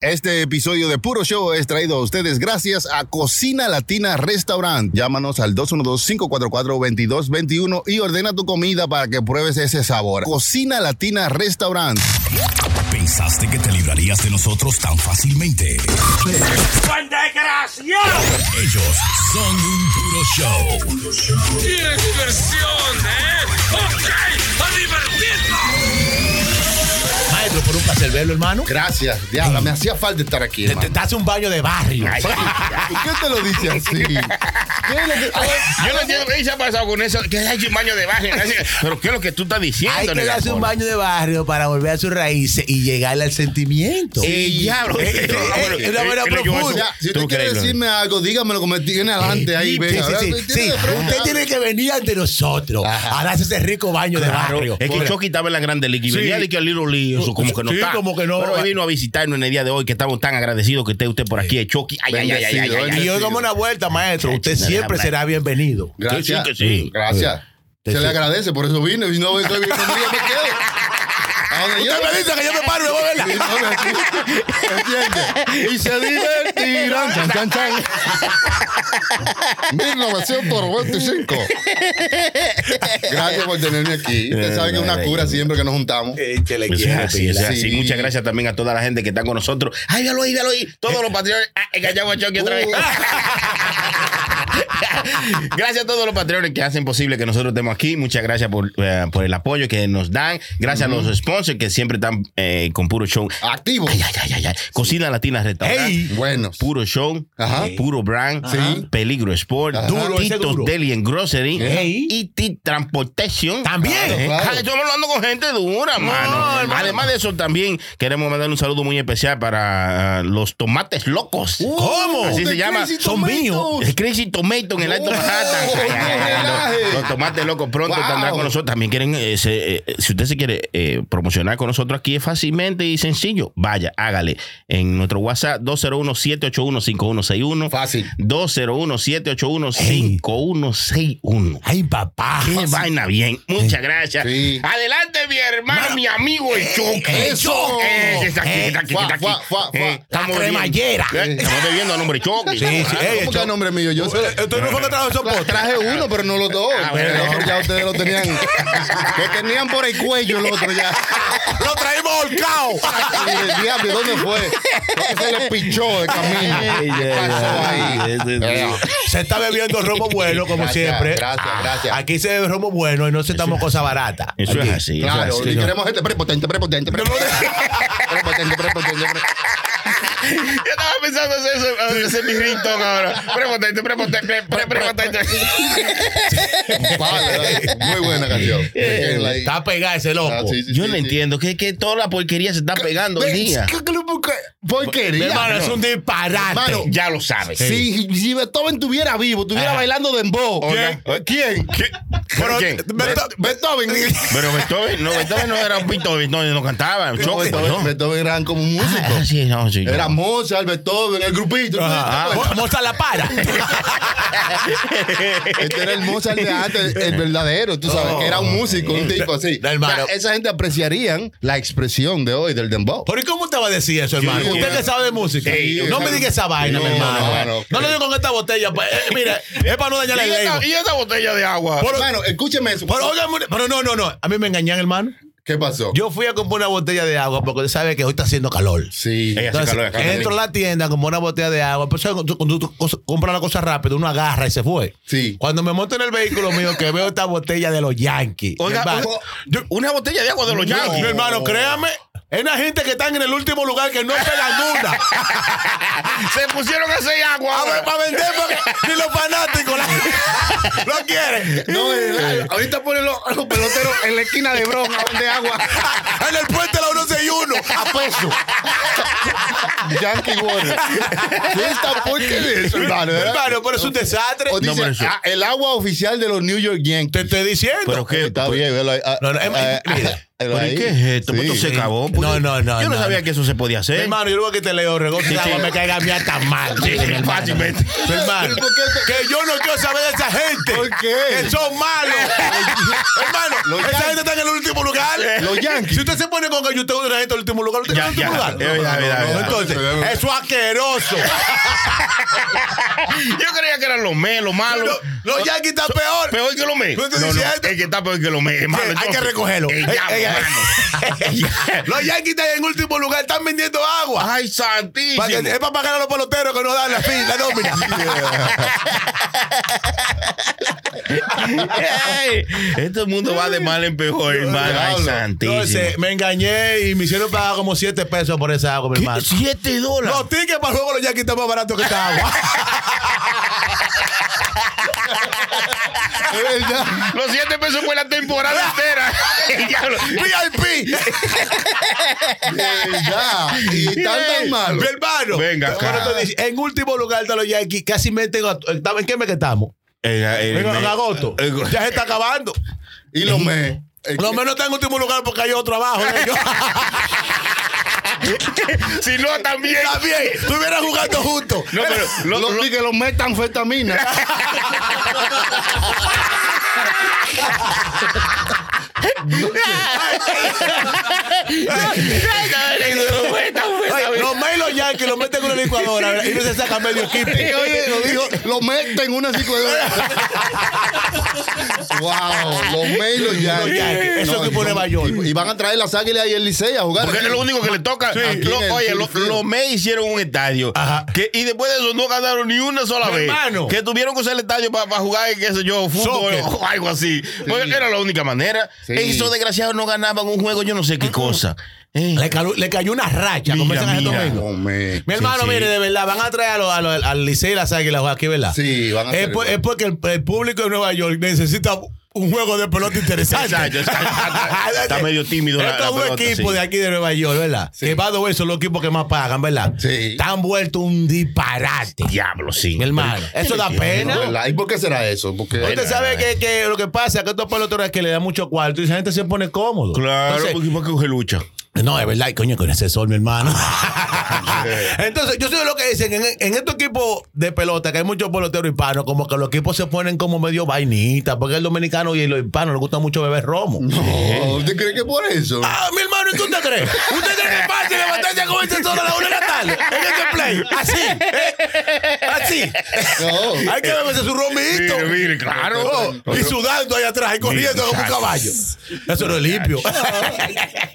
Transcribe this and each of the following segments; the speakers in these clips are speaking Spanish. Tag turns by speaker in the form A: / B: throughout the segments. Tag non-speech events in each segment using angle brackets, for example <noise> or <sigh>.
A: Este episodio de Puro Show es traído a ustedes gracias a Cocina Latina Restaurant. Llámanos al 212-544-2221 y ordena tu comida para que pruebes ese sabor. Cocina Latina Restaurant.
B: ¿Pensaste que te librarías de nosotros tan fácilmente?
C: ¡Buen desgraciado!
B: Ellos son un puro show.
C: ¡Qué diversión, eh! ¡Ok! ¡A divertirnos!
D: Maestro, por un placer verlo, hermano.
A: Gracias, diabla. Me hacía falta estar aquí.
D: Te, te- te hace un baño de barrio.
A: ¿Por qué te lo dice así?
E: Yo no entiendo qué se ha pasado con eso. ¿Qué es un baño de barrio? ¿Pero qué es lo que tú estás diciendo?
D: Hay que
E: nega?
D: darse un baño de barrio para volver a sus raíces y llegarle al sentimiento.
E: Eh, diablo.
D: <laughs> Eh, eh, eh, eh, una buena
E: Eh, eh, yo-
D: profunda.
A: si usted
E: Tengo que
A: quiere
E: leerlo.
A: decirme algo, dígamelo como tiene adelante ahí.
D: Eh, Sí,
A: venga.
D: sí, sí,
A: Tiene
D: sí.
A: de frente,
D: Usted tiene que venir ante nosotros
A: Ajá.
D: a darse ese rico baño de barrio.
E: Es que
D: Correcto.
E: Chucky estaba en la grande liga y
D: Sí.
E: venía de que al Little League, eso como que no
D: Sí,
E: está.
D: como que no.
E: Pero él vino a visitarnos en el día de hoy, que estamos tan agradecidos que esté usted por aquí, Chucky. Ay, ay, ay, ay, ay,
A: Bendecido,
E: ay,
A: eh.
D: Y
E: ay.
D: yo tomo una vuelta, maestro. Usted
E: Chacho,
D: siempre
E: habla.
D: será bienvenido.
A: Gracias.
E: Que sí, que sí.
A: Gracias.
D: Te
A: Se le
D: sí.
A: agradece, por eso vine. Si no estoy bien conmigo, me
D: <laughs>
A: quedo. A donde yo-
D: Usted me dice que yo me paro y me voy a verla. <laughs>
A: Sí, no, me- ¿Entiendes? Y se divertirán. Chan, chan, chan. 1925. Gracias por tenerme aquí. Ustedes saben que es una cura siempre que nos juntamos.
D: Échele
E: Eso es
D: quiere,
E: así, eso es
D: pila.
E: así.
A: Sí.
E: Muchas gracias también a toda la gente que está con nosotros. Ay, véalo ahí, véalo ahí. Todos los patriotas. Ah, engañamos a Chucky otra vez. <laughs>
A: Uh,
E: Gracias a todos los patrones que hacen posible que nosotros estemos aquí. Muchas gracias por, eh, por el apoyo que nos dan. Gracias a los sponsors que siempre están eh, con Puro Show.
A: Activo.
E: Ay, ay, ay, ay, ay. Cocina Latina Restaurante.
D: Ey.
A: Buenos.
E: Puro Show,
A: Ajá.
E: Puro Brand,
A: Sí.
E: Peligro Sport,
A: Ajá.
D: Duro, ese
E: Tito's
D: duro.
E: Deli and Grocery
D: Ey.
E: y T Transportation.
D: También.
A: Claro,
D: ¿eh?
A: claro.
E: Ah, Estamos hablando con gente dura, mano.
D: hermano.
E: Además de eso, también queremos mandar un saludo muy especial para ah, los tomates locos.
A: Uh,
D: ¿Cómo?
E: Así se llama.
A: Crazy
D: Son
A: Tomatoes.
D: míos.
E: El Crazy Tomato en el
A: Oh,
E: Alto Manhattan. Ay,
A: no
E: ay, ay,
A: relajes.
E: los- Los tomates locos pronto
A: Wow.
E: tendrán con nosotros. También quieren, eh, se- eh, si usted se quiere eh, promocionar con nosotros aquí, es fácilmente y sencillo. Vaya, hágale. En nuestro WhatsApp 201-781-5161.
A: Fácil.
E: 201-781-5161.
D: Ay, papá.
E: Qué vaina bien. Muchas gracias.
A: Sí.
E: Adelante, mi hermano, mi amigo, el Choco.
D: el Choco.
E: Ese está aquí,
D: Eh,
E: está aquí,
A: fuá,
E: está aquí.
A: fuá, fuá, fuá.
E: Eh,
D: La
E: estamos bebiendo.
D: cremallera.
E: Eh, Estamos bebiendo a nombre Choco.
D: Sí, sí,
A: Ah,
D: ey,
A: ¿Cómo que
D: yo-
A: el nombre mío? Yo soy-
D: Usted no fue que trajo esos
A: Pues,
D: postres.
A: traje uno, pero no los dos.
E: Ah, bueno.
A: Porque ya ustedes lo tenían. Lo tenían por el cuello el otro ya.
D: Lo traímos volcado.
A: Y el diablo, ¿dónde fue? ¿Dónde se le pichó de camino? ¿Qué pasó ahí? Eh,
D: <laughs> Se está bebiendo romo bueno, como
A: Gracias,
D: siempre.
A: gracias,
D: Ah,
A: gracias.
D: Aquí se bebe romo bueno y no se estamos cosa barata.
E: Eso
D: Aquí.
E: es así. eso
A: Claro,
E: es así.
A: y queremos gente prepotente, prepotente, prepotente. Prepotente, prepotente, prepotente.
E: Yo estaba pensando en eso, ese es mi ringtone ahora. Prepotente, prepotente, pre- pre- prepotente.
A: Vale, vale. Muy buena canción. Chequenla ahí.
D: Eh, Está pegado ese loco.
A: Ah, sí, sí,
E: Yo
A: sí,
E: no
A: sí.
E: entiendo que, que toda la porquería se está pegando hoy
A: Ve,
E: día.
A: ¿qué- qué- qué- Porquería.
D: Hermano, es un disparate.
A: Hermano,
E: Ya lo sabes.
A: Si, si Beethoven estuviera vivo, estuviera
D: Ajá.
A: bailando dembow.
E: Oiga.
A: ¿Quién?
E: ¿Qué?
D: Pero-
E: ¿Pero quién?
D: Beto-
A: Beethoven.
E: Pero Beethoven, no, Beethoven no era un Beethoven, no, no cantaba. Choco,
A: Beethoven,
E: no.
A: Beethoven eran como un músico.
E: Ah, sí, no, sí.
A: Era Mozart, Beethoven, el grupito.
E: Ah,
D: Ajá.
E: pues,
A: ¿no?
D: Mo- Mozart la para.
A: Este era el Mozart de antes, el verdadero, tú sabes, que era un músico, un tipo así.
D: Da, hermano.
A: O sea, esa gente apreciarían la expresión de hoy del dembow.
D: ¿Por cómo te va a decir eso, hermano?
A: Sí,
D: Usted
A: sí.
D: que sabe de música.
A: Sí,
D: no
A: sí.
D: me diga esa vaina,
A: No,
D: mi hermano.
A: no,
D: No,
A: no,
D: lo digo con esta botella. pues, eh, mira, es para no dañar la ley.
E: botella de agua?
D: Pero-
A: Hermano, escúcheme eso.
D: Pero, oigan, pero no, no, no. A mí me engañan, hermano.
A: ¿Qué pasó?
D: Yo fui a comprar una botella de agua porque usted sabe que hoy está haciendo calor.
A: Sí.
E: Ella- hace
D: Entonces,
E: calor acá también.
D: entro a la tienda, compré una botella de agua. Pues, ¿sabes? cuando tú, cuando tú compras la cosa rápido, uno agarra y se fue.
A: Sí.
D: Cuando me monto en el vehículo mío, que veo esta botella de los Yankees.
E: Oiga,
D: Mi hermano,
E: ojo,
D: yo-
E: una botella de agua de los
D: no,
E: Yankees.
D: mi hermano, créame, es una gente que están en el último lugar que no pegan una.
E: <laughs> Se pusieron a hacer agua.
D: A ver, para vender, porque ni los fanáticos
E: <laughs>
D: la- lo quieren.
A: No, eh, ahorita ponen los, los peloteros en la esquina de broma, de agua,
D: <laughs> En el puente la 161.
E: Ah,
A: a
E: pues,
A: peso. Yankee Water. ¿Qué está por qué de eso, hermano? ¿verdad?
D: Hermano, pero es un desastre.
A: O
E: No,
A: dice,
E: pero eso-
A: ah, el agua oficial de los New York
D: Te
A: Yankees.
D: estoy diciendo.
E: Pero qué.
A: Está bien, velo ahí. Ah,
D: No, no,
A: ah,
D: es-
A: ah,
D: mira,
A: Pero
E: ¿Pero ¿y
A: ahí,
E: qué es esto?
A: sí.
E: Pues esto se acabó. pues.
D: No, no, no,
E: Yo no,
D: no,
E: sabía
D: no.
E: que eso se podía
D: Mi
E: hacer.
D: hermano, yo creo que te leo regocijo, me caiga a mí hasta mal.
E: Sí,
D: mi hermano.
E: fácilmente.
D: Mi hermano,
A: <laughs> ¿Pero por qué te-
D: que yo no quiero saber de esa gente.
A: ¿Por
E: <laughs>
A: qué?
D: Que son <laughs> malos. hermano,
A: Los
D: esa
A: Yankees.
D: gente está en el último lugar.
A: Los Yankees.
D: Si usted se pone con que usted es una gente en el último lugar, usted
E: Ya, Eh,
D: está en el último
E: ya.
D: lugar.
E: Es verdad, es verdad, es verdad.
D: Entonces, eso es asqueroso.
E: Yo creía que eran los mes, los malos.
D: Los, los Yankees están peor.
E: Peor que los mes.
D: ¿No
E: No,
D: estoy
E: no,
D: diciendo?
E: es que está peor que los mes. es malo,
D: Sí, hay que
E: entonces.
D: recogerlo.
E: Eh, ya,
D: Eh, eh,
E: mano.
D: Los Yankees están en último lugar, están vendiendo agua.
E: Ay, santísimo.
D: Pa' que- es para pagar a los peloteros que nos dan la, fin- la <laughs> nómina.
E: Ey, este mundo va de mal en peor, hermano. Ay,
A: diablo.
E: santísimo.
D: Entonces, me engañé y me hicieron pagar como 7 pesos por esa agua, mi hermano.
E: Siete dólares.
D: Los tickets para el juego de los Yankees están más baratos que esta agua. <laughs>
A: Es verdad.
E: Los siete pesos fue
D: <laughs>
E: la temporada entera. El diablo.
D: VIP.
A: Es verdad. Y están tan
D: Mi
A: malos.
D: hermano.
E: Venga acá.
D: Bueno, te dice, En último lugar están los Yankees. Casi meten. a- ¿En qué mes que estamos?
E: Eh, eh,
D: En,
E: me-
D: en agosto.
E: Eh,
D: Ya se está acabando.
A: Y los me. eh,
D: Lo menos está en último lugar porque hay otro abajo. <laughs> ¿no? Yo-
E: Si no, también.
D: También. Estuvieran jugando juntos.
E: No, pero lo-
A: los
E: lo-
A: que los metan fetamina.
E: <laughs>
D: Oye, los Mets y los Yankees los meten en una licuadora y no se sacan medio <laughs>
A: <laughs>
D: equipo.
A: Oye, lo digo, los meten una
E: <laughs>
A: psicodélica. wow, los Mets y los
D: Los Yankees,
A: Yankees.
D: eso que pone
A: y-
D: Nueva York.
A: Y, y van a traer las águilas y el Licey a jugar.
E: Porque es lo único que le toca.
A: Aquí
E: Lo-
A: en el
E: oye,
A: City
E: lo-
A: Field.
E: los Mets hicieron un estadio.
D: Ajá.
E: Que, y después de eso no ganaron ni una sola
D: Mi
E: vez.
D: hermano.
E: Que tuvieron que usar el estadio para jugar, qué sé yo, fútbol
D: Soccer.
E: o <laughs> algo así. Porque era la única manera.
A: Sí.
E: Esos desgraciados no ganaban un juego, yo no sé qué cosa. Eh,
D: Le, calu- le cayó una racha.
E: Mira,
D: como esa
E: mira.
D: domingo.
A: Los Mets.
D: Mi hermano,
E: sí.
D: mire, de verdad, van a traer a los- a los- al Licey y las Águilas aquí, ¿verdad?
A: Sí, van a
D: es,
A: hacer
D: por-
A: igual.
D: es porque el, el público de Nueva York necesita un juego de pelota interesante.
E: Exacto, exacto.
D: <laughs>
E: Está- está medio tímido la-
D: Esto
E: la
D: es un
E: pelota,
D: equipo
E: sí.
D: de aquí de Nueva York, ¿verdad? Que va a son los equipos que más pagan, ¿verdad?
A: Sí.
D: Están vueltos un disparate.
E: diablo, sí.
D: Mi hermano,
E: Pero-
D: eso da
E: ¿qué le
D: pena.
E: quiero?
A: No, ¿verdad? ¿Y por qué será eso? Porque
D: Usted sabe que, que lo que pasa es que estos peloteros es que le dan mucho cuarto y esa gente se pone cómodo.
E: Claro,
D: Entonces,
E: porque porque coge lucha.
D: No, es verdad, y coño, con ese sol, mi hermano. Entonces, yo sé lo que dicen. En, en estos equipos de pelota, que hay muchos peloteros hispanos, como que los equipos se ponen como medio vainitas, porque el dominicano y los hispanos les gusta mucho beber romo.
A: No, oh, ¿usted cree que por eso?
D: Ah, mi hermano, ¿y qué usted cree? ¿Usted cree que pase levantarse a comerse solo a la una de la tarde? En este play. Así. ¿eh? Así.
A: No.
D: Hay que beberse su romito.
E: Mire, mire, claro.
D: Oh, Y sudando ahí atrás y corriendo como un caballo. Eso no es limpio.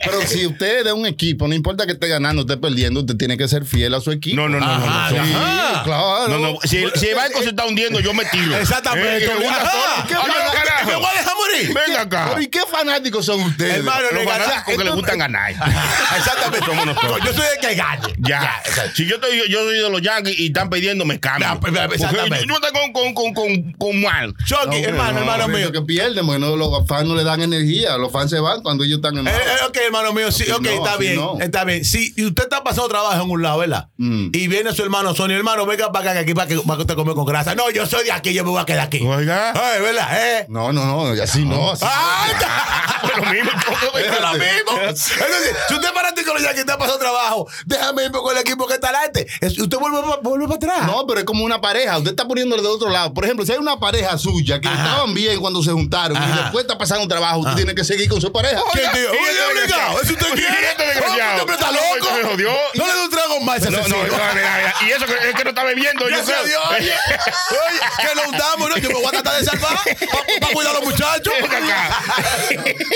A: Pero si usted es de un equipo, no importa que esté ganando, esté perdiendo, usted tiene que ser fiel a su equipo.
E: No, no, no, no,
D: Ajá,
E: no. no.
A: Sí,
D: Ah, Ajá.
A: claro.
E: No, no, si, si el barco se está hundiendo, yo me tiro.
D: Ah, <laughs> Exactamente.
E: Eh, que me hunda
D: Ajá.
E: solo.
D: ¿Qué
E: Ay,
D: me-
E: no, carajo.
D: me voy a dejar morir?
E: Venga acá.
A: Pero ¿y qué fanáticos son ustedes?
D: Hermano,
E: Los
D: le ganan-
E: fanáticos que les gustan ganar.
D: <laughs> Exactamente.
E: Somos nosotros.
D: Yo soy el que gane.
E: Ya. Si yo, estoy, yo soy de los Yankees y están pidiendo, me
D: Ya,
E: cambio.
D: pues, exactamente.
E: Porque Yo, yo estoy con, con, con, con,
D: <laughs>
E: con mal.
D: Chucky,
A: No,
D: eh, hermano,
A: no,
D: hermano
A: pero
D: mío.
A: eso que pierden, porque no, los fans no le dan energía. Los fans se van cuando ellos están en
D: Eh, eh, ok, hermano mío, sí,
A: Así
D: ok,
A: no,
D: está
A: así
D: bien,
A: no.
D: está bien. Si usted está pasando trabajo en un lado, ¿verdad?
A: Mm.
D: Y viene su hermano Sony, hermano, venga para acá, que aquí para que, para que usted come con grasa. No, yo soy de aquí, yo me voy a quedar aquí.
E: Oiga.
D: Ay, ¿verdad? Eh.
A: No, no, no, así no. Así
D: ¡Ah!
E: Pero lo mismo.
D: Es lo
A: Espérate.
D: mismo. Entonces, si usted es fanático de los Yankees, está pasando trabajo, déjame irme con el equipo que está adelante. Es- Usted vuelve, pa- vuelve para atrás.
A: No, pero es como una pareja. Usted está poniéndole de otro lado. Por ejemplo, si hay una pareja suya que estaban bien cuando se juntaron y
D: Ajá. Ah.
A: después está pasando un trabajo, usted tiene que seguir con su pareja.
D: ¿Qué
A: Oiga,
D: te digo?
E: y
D: Oye,
E: este
D: obligado,
E: desgraciado.
D: eso usted
E: Y
D: quiere.
E: este desgraciado.
D: Hombre, está
E: No,
D: loco.
E: se jodió.
D: No le dé un trago más a ese
E: No, no,
D: asesino.
E: no, mira, mira. Y eso que, es que no está bebiendo. yo
D: Gracias a
E: creo.
D: Dios,
E: <laughs>
D: oye, oye, que lo hundamos, ¿no? Yo me voy a tratar de salvar para cuidar a los muchachos.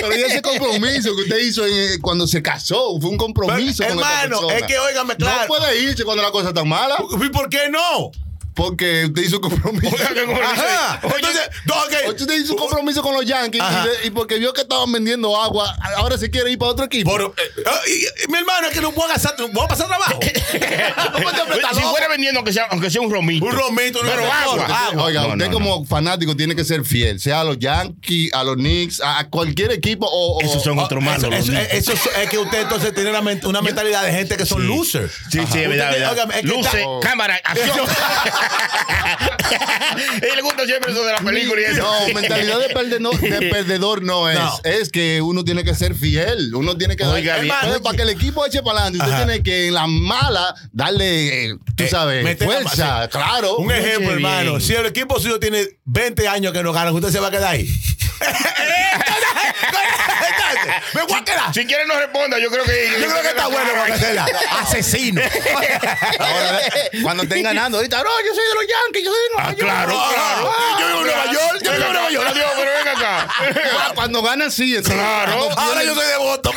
A: Pero y ese
D: <laughs>
A: compromiso que usted hizo en- cuando se casó, fue un compromiso.
D: Pero,
A: con esta
D: hermano,
A: persona.
D: es que, óigame,
A: No
D: claro.
A: puede irse cuando la cosa está mala,
D: ¿Y por qué no?
A: porque usted hizo un compromiso.
E: Oiga, que como-
D: Ajá.
E: Oye,
D: Entonces, no, ok.
A: Usted hizo un compromiso con los Yankees
D: Ajá.
A: y, de- y porque vio que estaban vendiendo agua, ahora se quiere ir para otro equipo.
D: Por- eh, eh, y- y mi hermano, es que no puedo gastar, no puedo pasar
E: <laughs>
D: trabajo.
E: Si fuera vendiendo, aunque sea, aunque sea un romito.
D: Un romito, una
E: Pero
D: mejor.
E: agua.
A: Usted-
D: agua.
A: Oiga,
E: Ah, No, no,
A: usted
E: no.
A: como fanático tiene que ser fiel, sea a los Yankees, a los Knicks, a, a cualquier equipo o, o-
E: Esos son
D: Ah,
E: otros malos.
D: eso,
E: los
D: eso-
E: niños.
D: eso es- es que usted entonces tiene una, ment- una mentalidad de gente que son losers.
E: Sí, sí,
D: Ajá.
E: es
D: Usted
E: verdad,
D: tiene-
E: verdad.
D: óigame, es que
E: Luces,
D: está-
E: cámara, acción. <laughs> y le gusta siempre eso de la película y eso. <laughs>
A: No, mentalidad de perdedor, de perdedor no es.
D: No.
A: Es que uno tiene que ser fiel. Uno tiene que.
E: Oiga,
A: Entonces,
D: bien.
A: para que el equipo eche para adelante, usted tiene que en la mala darle, eh, tú
D: Eh,
A: sabes,
D: meter la
A: fuerza.
D: mano, sí.
A: Claro.
D: Un ejemplo,
E: bien.
D: hermano. Si el equipo suyo tiene 20 años que no gana, usted se va a quedar
E: <laughs>
D: ahí. <laughs> Me voy a quedar.
E: Si quiere no responda, yo creo que.
D: Yo creo que está bueno para hacerla. Asesino.
A: Ahora, cuando estén ganando, ahorita, no, yo soy de los Yankees, yo soy de Nueva
E: Ah,
A: York".
E: claro, claro.
A: Ah,
E: Yo vivo en Nueva York, yo vivo en Nueva York. Adiós, pero
A: <laughs>
E: ven acá.
A: Ah, cuando ganan, sí. entonces,
E: Claro.
A: cuando
D: <laughs> Ahora
A: pierden,
D: yo soy devoto.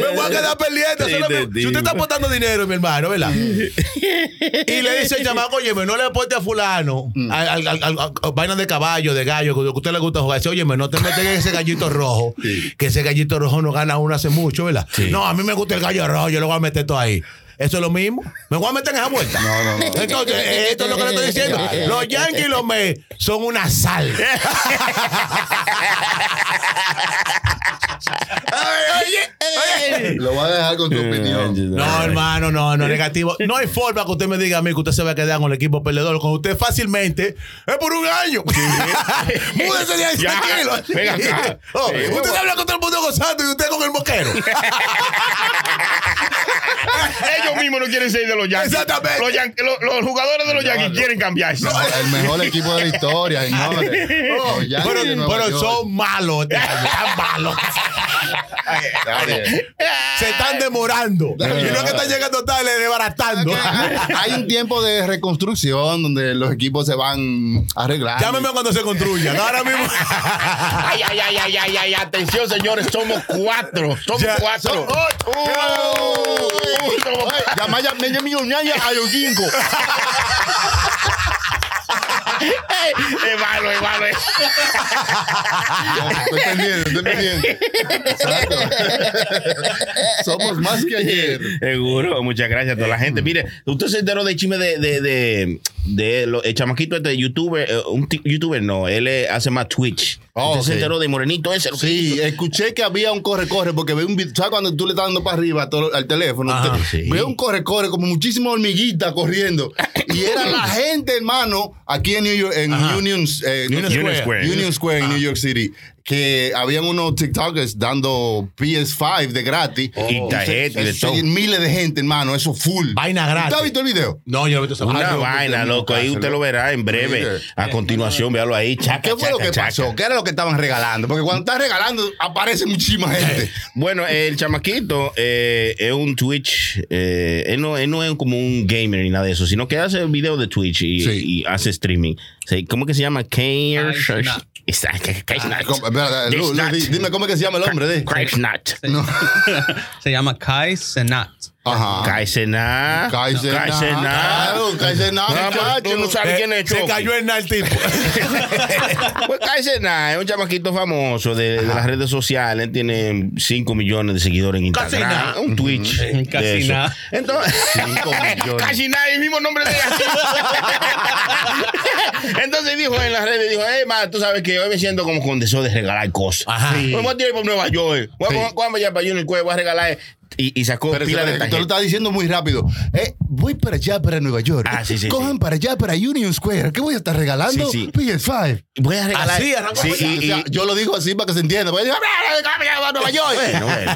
D: Me voy a quedar perdiendo. Eso es lo que-
E: Entendido.
D: si usted está aportando dinero, mi hermano, ¿verdad? y le dice el chamaco, oye, no le aporte a fulano, al, al- al- al- al- vaina de caballo, de gallo, que a usted le gusta jugar. Dice, oye, no te metas en ese gallito rojo, que ese gallito rojo no gana uno hace mucho, ¿verdad? No, a mí me gusta el gallo rojo, yo lo voy a meter todo ahí. Eso es lo mismo. Me voy a meter en esa vuelta. No, no, no. Entonces, esto es lo que le estoy diciendo. Los Yankees y los Mets son una sal.
A: ¡eh!
D: Oye, oye.
A: Lo voy a dejar con tu opinión.
D: No, hermano, no, no, negativo. No hay forma que usted me diga a mí que usted se va a quedar con el equipo perdedor. Con usted fácilmente es por un año. <laughs> Múdese de ahí,
E: Ya,
D: tranquilo.
E: venga acá.
D: Oh,
E: Sí,
D: usted
E: bueno.
D: habla con todo el mundo gozando y usted con el <laughs> moquero.
E: Ellos mismos no quieren ser de los Yankees.
D: Exactamente.
E: Los, Yan- los- los jugadores de los Yankees quieren cambiarse.
A: El mejor equipo de la historia,
D: <laughs>
A: señores.
D: Oh,
A: Los Yankees de
D: pero
A: Nueva
D: pero
A: York.
D: son malos, este año, están malos.
A: Está <laughs> bien.
D: Se están demorando. Y no que están llegando tarde, desbaratando.
A: Hay un tiempo de reconstrucción donde los equipos se van arreglando.
D: Llámeme cuando se construyan. Ahora mismo.
E: <laughs> Ay, ay, ay, ay, ay, ay, atención, señores, somos cuatro. Somos
D: Ya,
E: cuatro.
D: son
E: Uh,
A: ¡Oh!
E: uh, somos-
A: Llama ya, me llamo Ñaña a Yoginko.
E: Ay, es malo, es malo. es-
A: Estoy pendiente, estoy pendiente. Exacto. Somos más que ayer. Eh,
E: Seguro, muchas gracias a toda la gente.
A: mm.
E: Mire, usted se enteró de chisme de, de, de, de lo- el chamaquito este youtuber, eh, un ti- youtuber no, él eh, hace más Twitch.
A: Oh,
E: usted se
A: sí.
E: enteró de Morenito ese. lo que
A: Sí,
E: hizo.
A: escuché que había un corre-corre porque veo un video. ¿Sabes cuando tú le estás dando para arriba todo- al teléfono?
D: Ajá,
A: Te-
E: sí.
A: Veo un corre-corre como muchísima hormiguita corriendo. Y era la gente, hermano, aquí en, New York, en
D: Ajá.
A: Union, eh,
D: Union Square.
A: Union Square en New York City. Que habían unos TikTokers dando PS5 de gratis.
E: Y tarjeta y de
A: Eso,
E: todo.
A: miles de gente, hermano, eso full.
D: Vaina gratis.
A: ¿Tú has visto el video?
D: <laughs> No, yo no he
A: Ah,
D: visto esa
E: Una
D: vaina.
E: vaina, loco. Ahí usted lo verá en breve.
A: Mire. Eh,
E: A continuación, véalo ahí. Chaca,
A: ¿Qué fue lo
E: chaca,
A: que
E: chaca.
A: pasó? ¿Qué era lo que estaban regalando? Porque cuando estás regalando, aparece muchísima gente.
E: Bueno, el chamaquito eh, es un Twitch. eh, él, no, él no es como un gamer ni nada de eso, sino que hace videos de Twitch y,
A: Sí.
E: y hace streaming. Sí, ¿Cómo que se llama? Kair
F: Krishnat.
A: Com- espera, Lu- Lu,
E: Krishnat.
A: di- dime cómo es que se llama el Ah, hombre. di.
E: Krishnat.
A: No.
F: Se llama Kai Senat.
A: Ajá.
E: Kaisena.
A: Kaisena. Claro, Kaisena,
E: No, pero tú no
A: muchacho.
E: sabes quién es
D: Eh, Se
E: Chucky.
D: cayó en nada el tipo.
E: Pues Kaisena es un chamaquito famoso de, de las redes sociales. Él tiene 5 millones de seguidores en
D: Casi
E: Instagram.
D: nada.
E: Un Twitch. de
F: Casi
E: eso.
F: nada.
E: Entonces,
A: Cinco millones.
E: casi nada, el mismo nombre de ella. <laughs> Entonces dijo en las redes, dijo, hey, ma, tú sabes que hoy me siento como con deseo de regalar cosas. Pues
D: Ajá.
E: Me voy a tirar por Nueva York. Voy a
A: Sí.
E: coger- voy a para allá para Unicuer, voy a regalar. Y, y sacó
A: Pero
E: pila
A: tú
E: de
A: lo
E: tarjetas.
A: estás diciendo muy rápido. Eh, voy para allá, para Nueva York.
E: Ah, sí, sí,
A: Cojan
E: sí.
A: para allá, para Union Square. ¿Qué voy a estar regalando?
E: Sí, sí.
A: PS5.
E: Voy a regalar.
D: Así, arrancó
E: Sí,
D: con ella.
E: y-
A: O
E: y-
A: sea, yo lo digo así para que se entienda. porque digo, "Ah,
E: a Nueva York.
D: <laughs>
E: Bueno, bueno.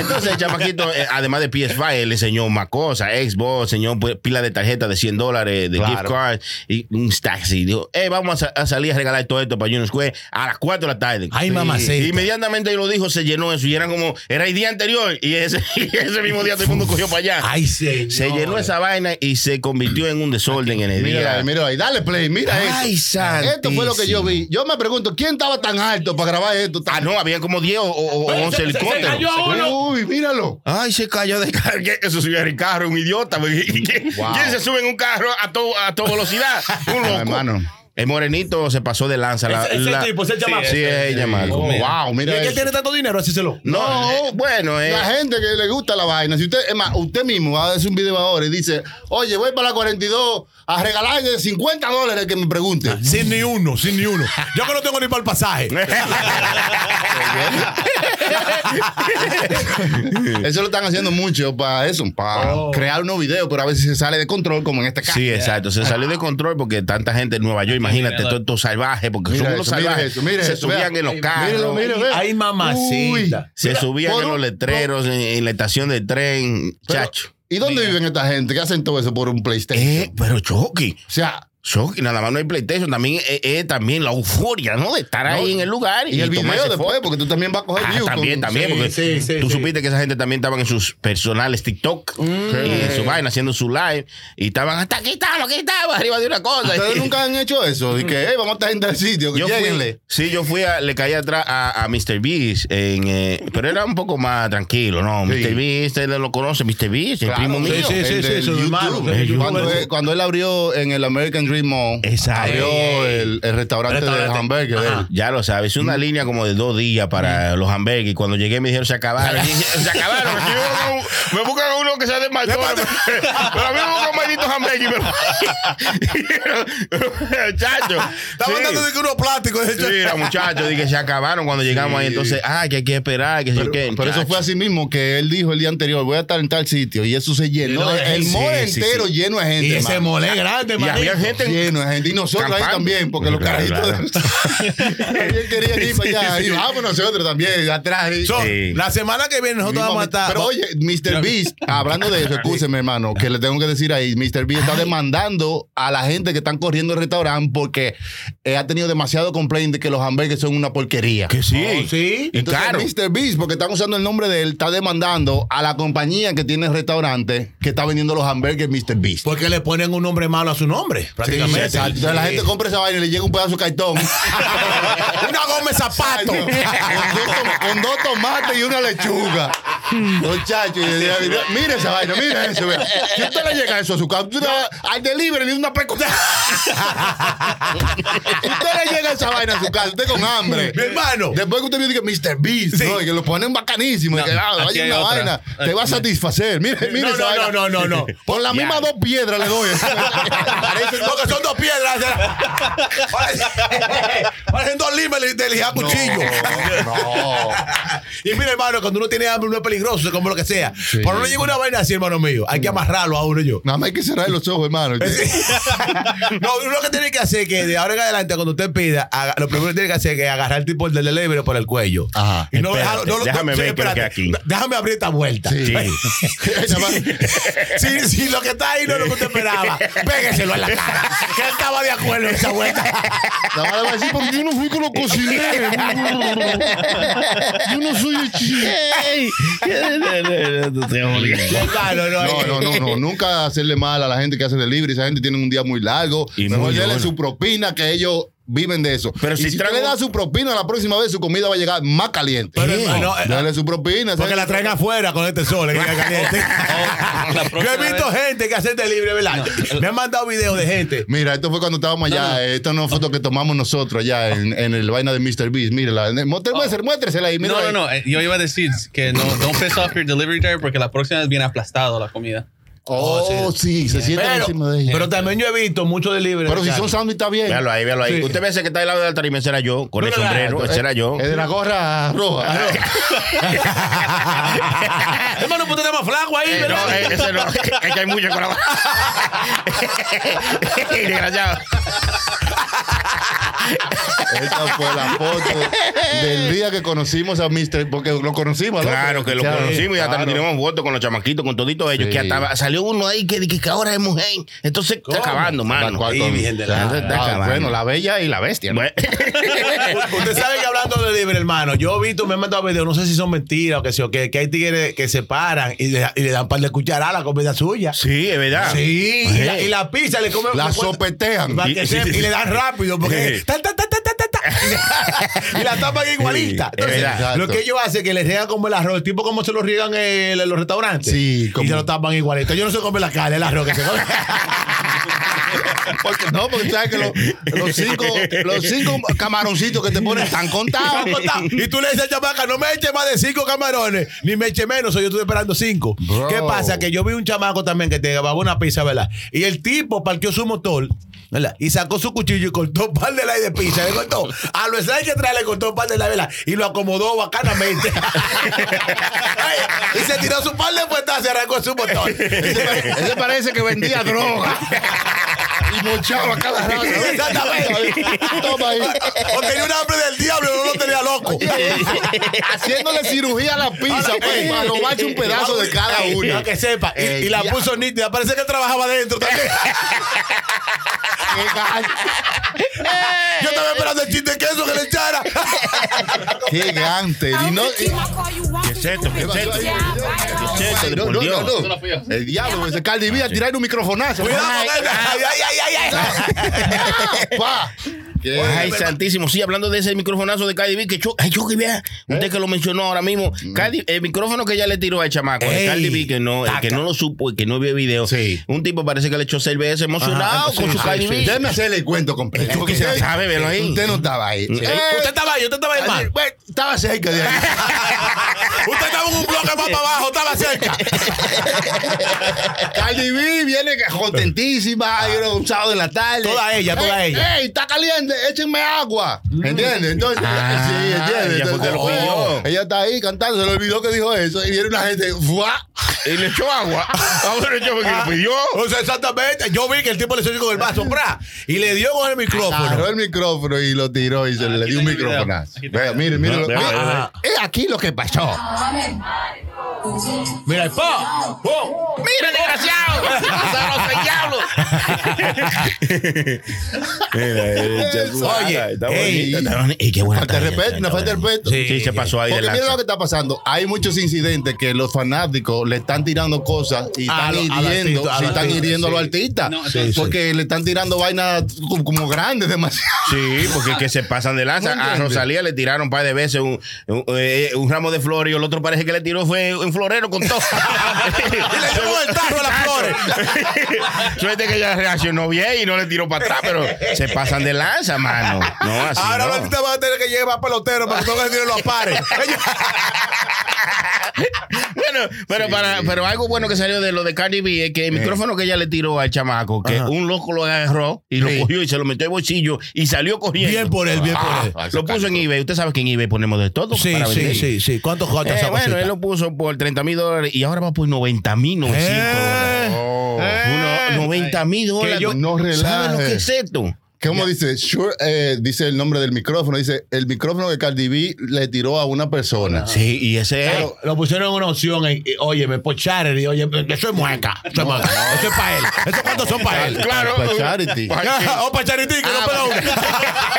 E: Entonces, el chamaquito, eh, además de PS5, él le enseñó más cosas: Xbox, enseñó pu- pila de tarjetas de 100 dólares, de gift cards y un taxi. Dijo, eh, vamos a, sa- a salir a regalar todo esto para Union Square a las 4 de la tarde.
D: Ay,
E: Sí.
D: mamacita.
E: Inmediatamente él lo dijo, se llenó eso y era como, era el día anterior y ese, <laughs> y ese mismo día todo el mundo cogió para allá.
D: <laughs> Ay, señor.
E: se llenó esa vaina y se convirtió en un desorden en el
A: Mírala,
E: día.
A: ahí, mírala ahí. Dale play, mira
E: Ay,
A: esto. Esto fue lo que yo
E: santísimo.
A: vi. Yo me pregunto, ¿quién estaba tan alto para grabar esto?
E: Ah,
A: Tan-
E: no, había como 10 o, o- o
D: Pero
E: 11
D: se- se- se
E: helicópteros.
D: cayó
A: Uy, míralo.
E: Ay, se cayó de carro. ¿Qué? Eso subió en el carro, un idiota. güey. ¿Quién,
A: Wow.
E: quién se sube en un carro a to- a toda velocidad? Un
A: No,
E: loco.
A: hermano.
E: <laughs> El morenito se pasó de lanza. La,
D: Ese- ese
E: la-
D: tipo, ese chamaco.
E: Sí, es ella, Marco.
A: Oh, wow,
D: ¿Y
A: mira
D: es que él
A: eso.
D: tiene tanto dinero? Así se lo.
E: No,
A: No,
E: eh, bueno, eh,
A: La gente que le gusta la vaina. Si usted, es más, usted mismo va a hacer un video ahora y dice, oye, voy para la 42 a regalarle 50 dólares que me pregunte.
D: Sin ni uno, sin ni uno. Yo que no tengo ni para el pasaje.
A: Eso lo están haciendo mucho para eso, para crear unos videos, pero a veces se sale de control, como en este caso.
E: Oh. Sí, exacto. Se salió de control porque tanta gente en Nueva York, imagínate, todos estos salvajes, porque
A: Mira
E: son unos
A: eso, mira
E: salvajes.
A: eso, mira
E: se
A: eso,
E: subían
A: vea.
E: en los
A: Míralo, míralo.
E: carros,
A: Pero ve.
D: Ay, mamacita.
E: se subían
A: por
E: en los
A: un-
E: letreros, en, en la estación de tren,
A: Pero,
E: chacho.
A: ¿Y dónde viven esta gente que hacen todo eso por un PlayStation?
E: Eh, pero Chucky,
A: O sea,
E: Chucky, nada más no hay PlayStation, también eh, eh, también la euforia, ¿no? De estar ahí en el lugar y,
A: y, el video
E: tomarse
A: después,
E: fotos.
A: porque tú también vas a coger
E: Ah,
A: views
E: también,
A: con-
E: también,
A: Sí. Mm.
E: porque
D: sí, sí,
E: tú
D: sí.
E: supiste que esa gente también estaban en sus personales TikTok y en su vaina haciendo su live y estaban hasta aquí estaba, aquí estaba, arriba de una cosa. <laughs>
A: Ustedes nunca han hecho eso, de que, "Ey, vamos a estar en tal sitio,
E: Yo
A: lléguenle.
E: fui, sí, yo fui, a, le caí atrás a, a Mr. Beast, en, eh, pero era un poco más tranquilo, ¿no?
A: Sí.
E: Mr. Beast, él lo conoce, Mr. Beast, el
A: Claro,
E: primo
A: sí,
E: mío.
A: sí,
D: El
A: sí,
D: del
A: sí, su hermano,
D: YouTube.
A: el
D: El
A: Cuando,
D: youtuber.
A: él, cuando él abrió en el American Dream Mall,
E: Exacto.
A: abrió
E: Ey.
A: el, el restaurante, de
D: Restaurante.
A: hamburger de él.
E: Ya lo sabes, hice una línea como de dos días para los hamburgues y cuando llegué me dijeron se acabaron. Y dije, se acabaron. Aquí me buscan- <laughs> me buscan uno que sea <laughs> de McDonald's. Pero a mí me buscan malditos hamburgues. <laughs> Pero... Chacho.
G: Estaba
E: sí.
G: dando de que uno plástico. de hecho.
E: Sí, los muchachos, dije, se acabaron cuando llegamos ahí. Entonces, ah, que hay que esperar, que sé yo qué.
A: Pero eso fue así mismo que él dijo el día anterior, voy a estar en tal sitio y eso se llenó,
D: Llenó de
A: el
D: gente.
A: mall
E: Sí, sí,
A: entero
E: sí.
A: lleno de gente.
D: Y ese
A: hermano.
D: mole grande,
E: Y había
D: manito.
E: gente en-
A: lleno de gente y nosotros ahí
E: Campando.
A: también porque los
E: Claro,
A: carajitos también querían <laughs> ir para allá y vamos nosotros también atrás y-
D: So,
E: Sí.
D: La semana que viene nosotros vamos a estar.
A: Pero oye,
E: <laughs>
A: Mr. Beast, hablando de eso, escúcheme, hermano, que le tengo que decir ahí, Mr. Beast está demandando a la gente que están corriendo el restaurante porque eh, ha tenido demasiado complaint de que los hamburgues son una porquería.
E: Que sí.
D: Oh, sí.
E: Y
A: Entonces,
E: caro.
A: Mr. Beast, porque están usando el nombre de él, está demandando a la compañía que tiene el restaurante que está vendiendo los hamburgues Mr. Beast.
D: Porque le ponen un nombre malo a su nombre, prácticamente.
A: Exacto. Entonces la
D: <laughs>
A: gente compra esa vaina y le llega un pedazo de cartón.
D: Una goma de zapato.
A: con, dos tom- con dos tomates y una lechuga.
D: Hmm.
A: Muchachos, y- y- y- mira esa vaina, mira eso. vea. Si usted le llega eso a su casa, usted va al delivery de una <laughs> pecuta. usted le llega esa vaina a su casa, usted con hambre.
D: Mi hermano.
A: Después que usted viene y dice Mr. Beast,
D: Sí.
A: ¿no? Y que lo ponen bacanísimo. y que ah,
F: aquí
A: vaya
F: hay
A: una
F: otra.
A: vaina, te va a satisfacer. Mire, mire
D: No,
A: esa
D: no,
A: vaina.
D: no, no, no, no.
A: Por las mismas dos piedras le
D: <laughs>
A: doy.
D: Parecen- porque son dos piedras. Parecen- <laughs> Parecen dos limas de lijar cuchillo.
A: no.
D: <laughs> Y mira, hermano, cuando uno tiene hambre, uno es peligroso, como lo que sea. Pero no llega una vaina así, hermano mío. Hay que amarrarlo a uno yo.
A: Nada más hay que cerrar los ojos, hermano.
D: No, uno lo que tiene que hacer es que de ahora en adelante, cuando usted pida, haga- lo primero que tiene que hacer es agarrar tipo el del delivery por el cuello.
A: Ajá.
D: Y no
E: Ah, Espérate,
D: dejarlo- no lo-
E: déjame
D: no- sí,
E: ver qué es lo
D: espérate.
E: que hay aquí.
D: Déjame abrir esta vuelta. <laughs>
A: Sí. Nada más-
D: Si, si lo que está ahí no es lo que usted esperaba, pégueselo en la cara. Que él estaba de acuerdo en esa
E: <laughs>
D: vuelta.
A: Nada más le voy a decir, porque yo no fui con los cocineros. Yo no soy el chino.
E: <laughs>
D: Hermano, no,
A: No, no, no, no. Nunca hacerle mal a la gente que hace delivery. Esa gente tiene un día muy largo.
E: Y
A: Mejor
E: muy
A: déle
E: duro.
A: su propina, que ellos viven de eso.
E: Pero
A: Y
E: si
A: si usted
E: trago-
A: le da su propina, la próxima vez su comida va a llegar más caliente.
D: Pero, hermano, eh,
A: Dale su propina.
D: Porque
A: ¿sabes?
D: la traen afuera con este sol, que está
E: <laughs>
D: caliente.
E: Oh,
D: Yo he visto gente que hace libre, ¿verdad? Me han mandado videos de gente.
A: Mira, esto fue cuando estábamos allá. eh, Esta no es una foto que tomamos nosotros allá en, en el vaina de Mr. Beast. Mírala. Muéstresela, muéstresela ahí. mírala
F: No, no,
A: ahí.
F: no. eh, Yo iba a decir que no, don't piss off your delivery driver porque la próxima es bien aplastado la comida.
A: Oh, sí, se sienta
D: Pero,
A: encima de ella.
D: pero también yo he visto muchos de libre.
A: Pero si son sándwiches, está bien.
E: Véalo ahí, véalo ahí.
A: Sí.
E: Usted ve ese que está al lado de la tarima, ese era yo, con el
D: No, no, no,
E: sombrero, ese era yo.
A: Es de la gorra roja. <laughs>
D: Hermano, pues usted está más flaco ahí,
E: Eh, no,
D: ¿verdad?
E: eh, ese <laughs> no, es que hay mucho con la <laughs> Desgraciado.
A: Esta fue la foto del día que conocimos a Mr. Porque lo conocimos, ¿no?
E: Claro que lo
A: Ya,
E: conocimos y hasta
A: claro.
E: nos tiramos votos con los chamaquitos, con toditos ellos.
A: Sí.
E: Que hasta salió uno ahí que, que, que ahora es mujer. Entonces está acabando,
A: Tal
E: mano.
A: cual
E: Sí,
A: con-
E: Virgen de la-
A: Ah,
E: Está acabando.
A: Bueno, la bella y la bestia. ¿no?
E: Bueno.
D: <laughs> Usted sabe que hablando de libre, hermano, yo he visto, me han mandado videos, no sé si son mentiras o que sí o qué, que hay tigres que se paran y le, y le dan par de cucharadas a la comida suya.
E: <laughs> Sí, es verdad.
D: Sí, y la, y la pizza le comen.
A: La
D: le cuesta-
A: sopetean.
D: Para que
E: Y-
D: sepa, y le dan rápido porque
E: Sí.
D: ta, ta, ta, ta, ta, ta, ta. y la tapan igualita.
E: Sí,
D: Entonces,
E: es
A: verdad.
D: lo que ellos hacen es que les riegan como el arroz, tipo como se lo riegan eh, los restaurantes.
A: Sí, como-
D: y se lo tapan igualita. Yo no sé comer la carne, el arroz que se come.
A: <laughs> Porque, no, porque sabes que lo- los, cinco, los cinco camaroncitos que te ponen están contados.
D: Vamos, ta. y tú le dices a chamaca, no me eche más de cinco camarones, ni me eche menos, o yo estoy esperando cinco.
A: Bro.
D: ¿Qué pasa? Que yo vi un chamaco también que te llevaba una pizza, ¿verdad? Y el tipo parqueó su motor ¿verdad? Y sacó su cuchillo y cortó un par de la de pizza. Le cortó. A los que atrás le cortó un par de la vela y lo acomodó
A: <laughs>
D: bacanamente. Oye, y se tiró su par de puertas y arrancó su
A: <laughs>
D: motor.
A: Ese parece que vendía <laughs> droga. Y mochaba cada rato.
D: Exactamente.
A: Toma
D: <laughs>
A: ahí.
D: O tenía un hambre del diablo, no lo tenía loco.
A: Haciéndole cirugía a la pizza, pues, para lo macho un pedazo de cada Eh,
D: Ey,
A: uno.
D: eh, Para eh, que sepa. Y,
A: Ey,
D: y la
A: ya.
D: puso nítida. Parece que trabajaba
A: <laughs>
D: dentro también.
A: Qué gancho.
D: Yo estaba esperando el chiste de queso que le
A: <laughs>
D: echara.
A: Qué gante. Y no, y-
E: es esto? ¿Qué es esto?
A: Ay, no,
E: por
A: no,
E: Dios.
A: no, no. El diablo, ese Cardi B a tirar un microfonazo.
D: Ah, Cuidado
A: Ay,
D: con ella. Ay, ay, ay, ay,
A: <laughs>
D: ay.
A: pa. Qué-
E: Ay, santísimo. Sí, hablando de ese microfonazo de Cardi B, que yo, ay, yo que vea.
A: ¿Eh?
E: Usted que lo mencionó ahora mismo.
A: Mm.
E: Cardi- el micrófono que ya le tiró al chamaco, el
D: Ey,
E: Cardi B, que no, el que
D: taca.
E: no lo supo, el que no vio el video.
A: Sí.
E: Un tipo parece que le echó
D: ah,
E: cerveza emocionado
A: Sí,
E: con su
A: sí,
E: Cardi
A: sí.
E: B.
A: Déjeme hacerle el cuento completo.
E: Porque se la sabe, velo ahí.
A: Usted no estaba ahí.
E: Usted
D: Usted estaba ahí, usted estaba ahí,
A: Ay,
D: man.
A: bueno, Estaba cerca de
D: <laughs>
A: ahí.
D: Usted estaba en un bloque más para abajo,
A: <laughs>
D: estaba cerca.
A: Cardi B viene contentísima, yo era un sábado de la tarde.
D: Ah. Toda ella, toda
A: Ey,
D: ella.
A: ¡Ey, está caliente! ¡Échenme agua! ¿Entiendes? Entonces,
E: Mm. Ah,
A: sí, ¿entiendes?
E: ya fue que lo
A: Entonces,
E: pilló.
A: oh, Ella está ahí cantando, se le olvidó que dijo eso. Y viene una gente, ¡fuá!
E: Y le echó
A: <laughs>
E: agua. Ahora yo porque lo pidió.
D: O sea, exactamente. Yo vi que el tipo le hizo así con el vaso, pra, y le dio con el
A: Agarró
D: micrófono.
A: el micrófono y lo tiró y se le
F: aquí
A: dio un
F: tengo Ah, el video.
A: micrófonazo.
F: Aquí tengo
A: Vea,
F: el
A: mire, mire. lo- Ah,
E: Vea,
A: mire,
E: vea,
D: vea.
A: Es aquí lo que pasó.
D: Mira, y pa. ¡Pum!
E: ¡Mira, desgraciado! ¡Sabroso el diablo!
D: Oye, ey,
E: ¡Ey, qué buena!
A: Falta de
E: talla,
A: respeto,
E: está
A: una falta de
E: buena.
A: respeto.
E: Sí, se pasó ahí de
A: Porque
E: la.
A: mira lo que está pasando. Hay muchos incidentes que los fanáticos le están tirando cosas y
D: A
A: están
D: lo- al
A: hiriendo,
D: artista,
A: sí,
D: al
A: están
D: artista,
A: hiriendo a los
F: sí.
A: artistas.
F: No,
D: sí,
A: porque le están tirando vainas como, como grandes <laughs> demasiado.
E: Sí, porque es que se pasan de lanza.
A: ¿No
E: A
A: entiendes?
E: Rosalía le tiraron un par de veces un, un- eh, un ramo de flores y el otro parece que le tiró fue un florero con todo.
D: <laughs> Y le llevó el tarro a las flores.
E: <laughs> Suerte que ella reaccionó bien y no le tiró para atrás, pero se pasan de lanza, mano. No, así
D: Ahora
E: no.
D: los artistas van a tener que llevar pelotero para que no le tiren
A: <laughs>
D: los pares.
E: Bueno, pero, para, pero algo bueno que salió de lo de Cardi B es que
D: Eh.
E: el micrófono que ella le tiró al chamaco, que un loco lo agarró y lo cogió y se lo metió al bolsillo y salió corriendo.
D: Bien por él, bien por él.
E: Lo puso en eBay. Usted sabe que en eBay ponemos de todo.
D: Sí,
E: para
D: sí,
E: vender.
D: sí, sí. ¿Cuántos
E: Eh,
D: cotas esa
E: bueno,
D: cosita?
E: él lo puso por 30 mil dólares y ahora va por 90 mil 900
D: Eh.
E: dólares. Eh. Uno- 90 mil dólares.
A: Oh.
E: pues.
A: yo- No relaje.
E: ¿Sabes lo que es esto?
A: ¿Cómo dice? Sure, eh, dice el nombre del micrófono. Dice, el micrófono que Cardi B le tiró a una persona.
E: Sí, y ese es.
D: Pero lo pusieron en una opción en, y, oye, me pocharon y oye, eso es mueca, eso es mueca, eso es para él, eso cuántos son para él.
E: Ah, Claro.
A: Para charity.
D: <laughs> o para Charity, que
A: Ah,
D: no para uno.
A: <laughs>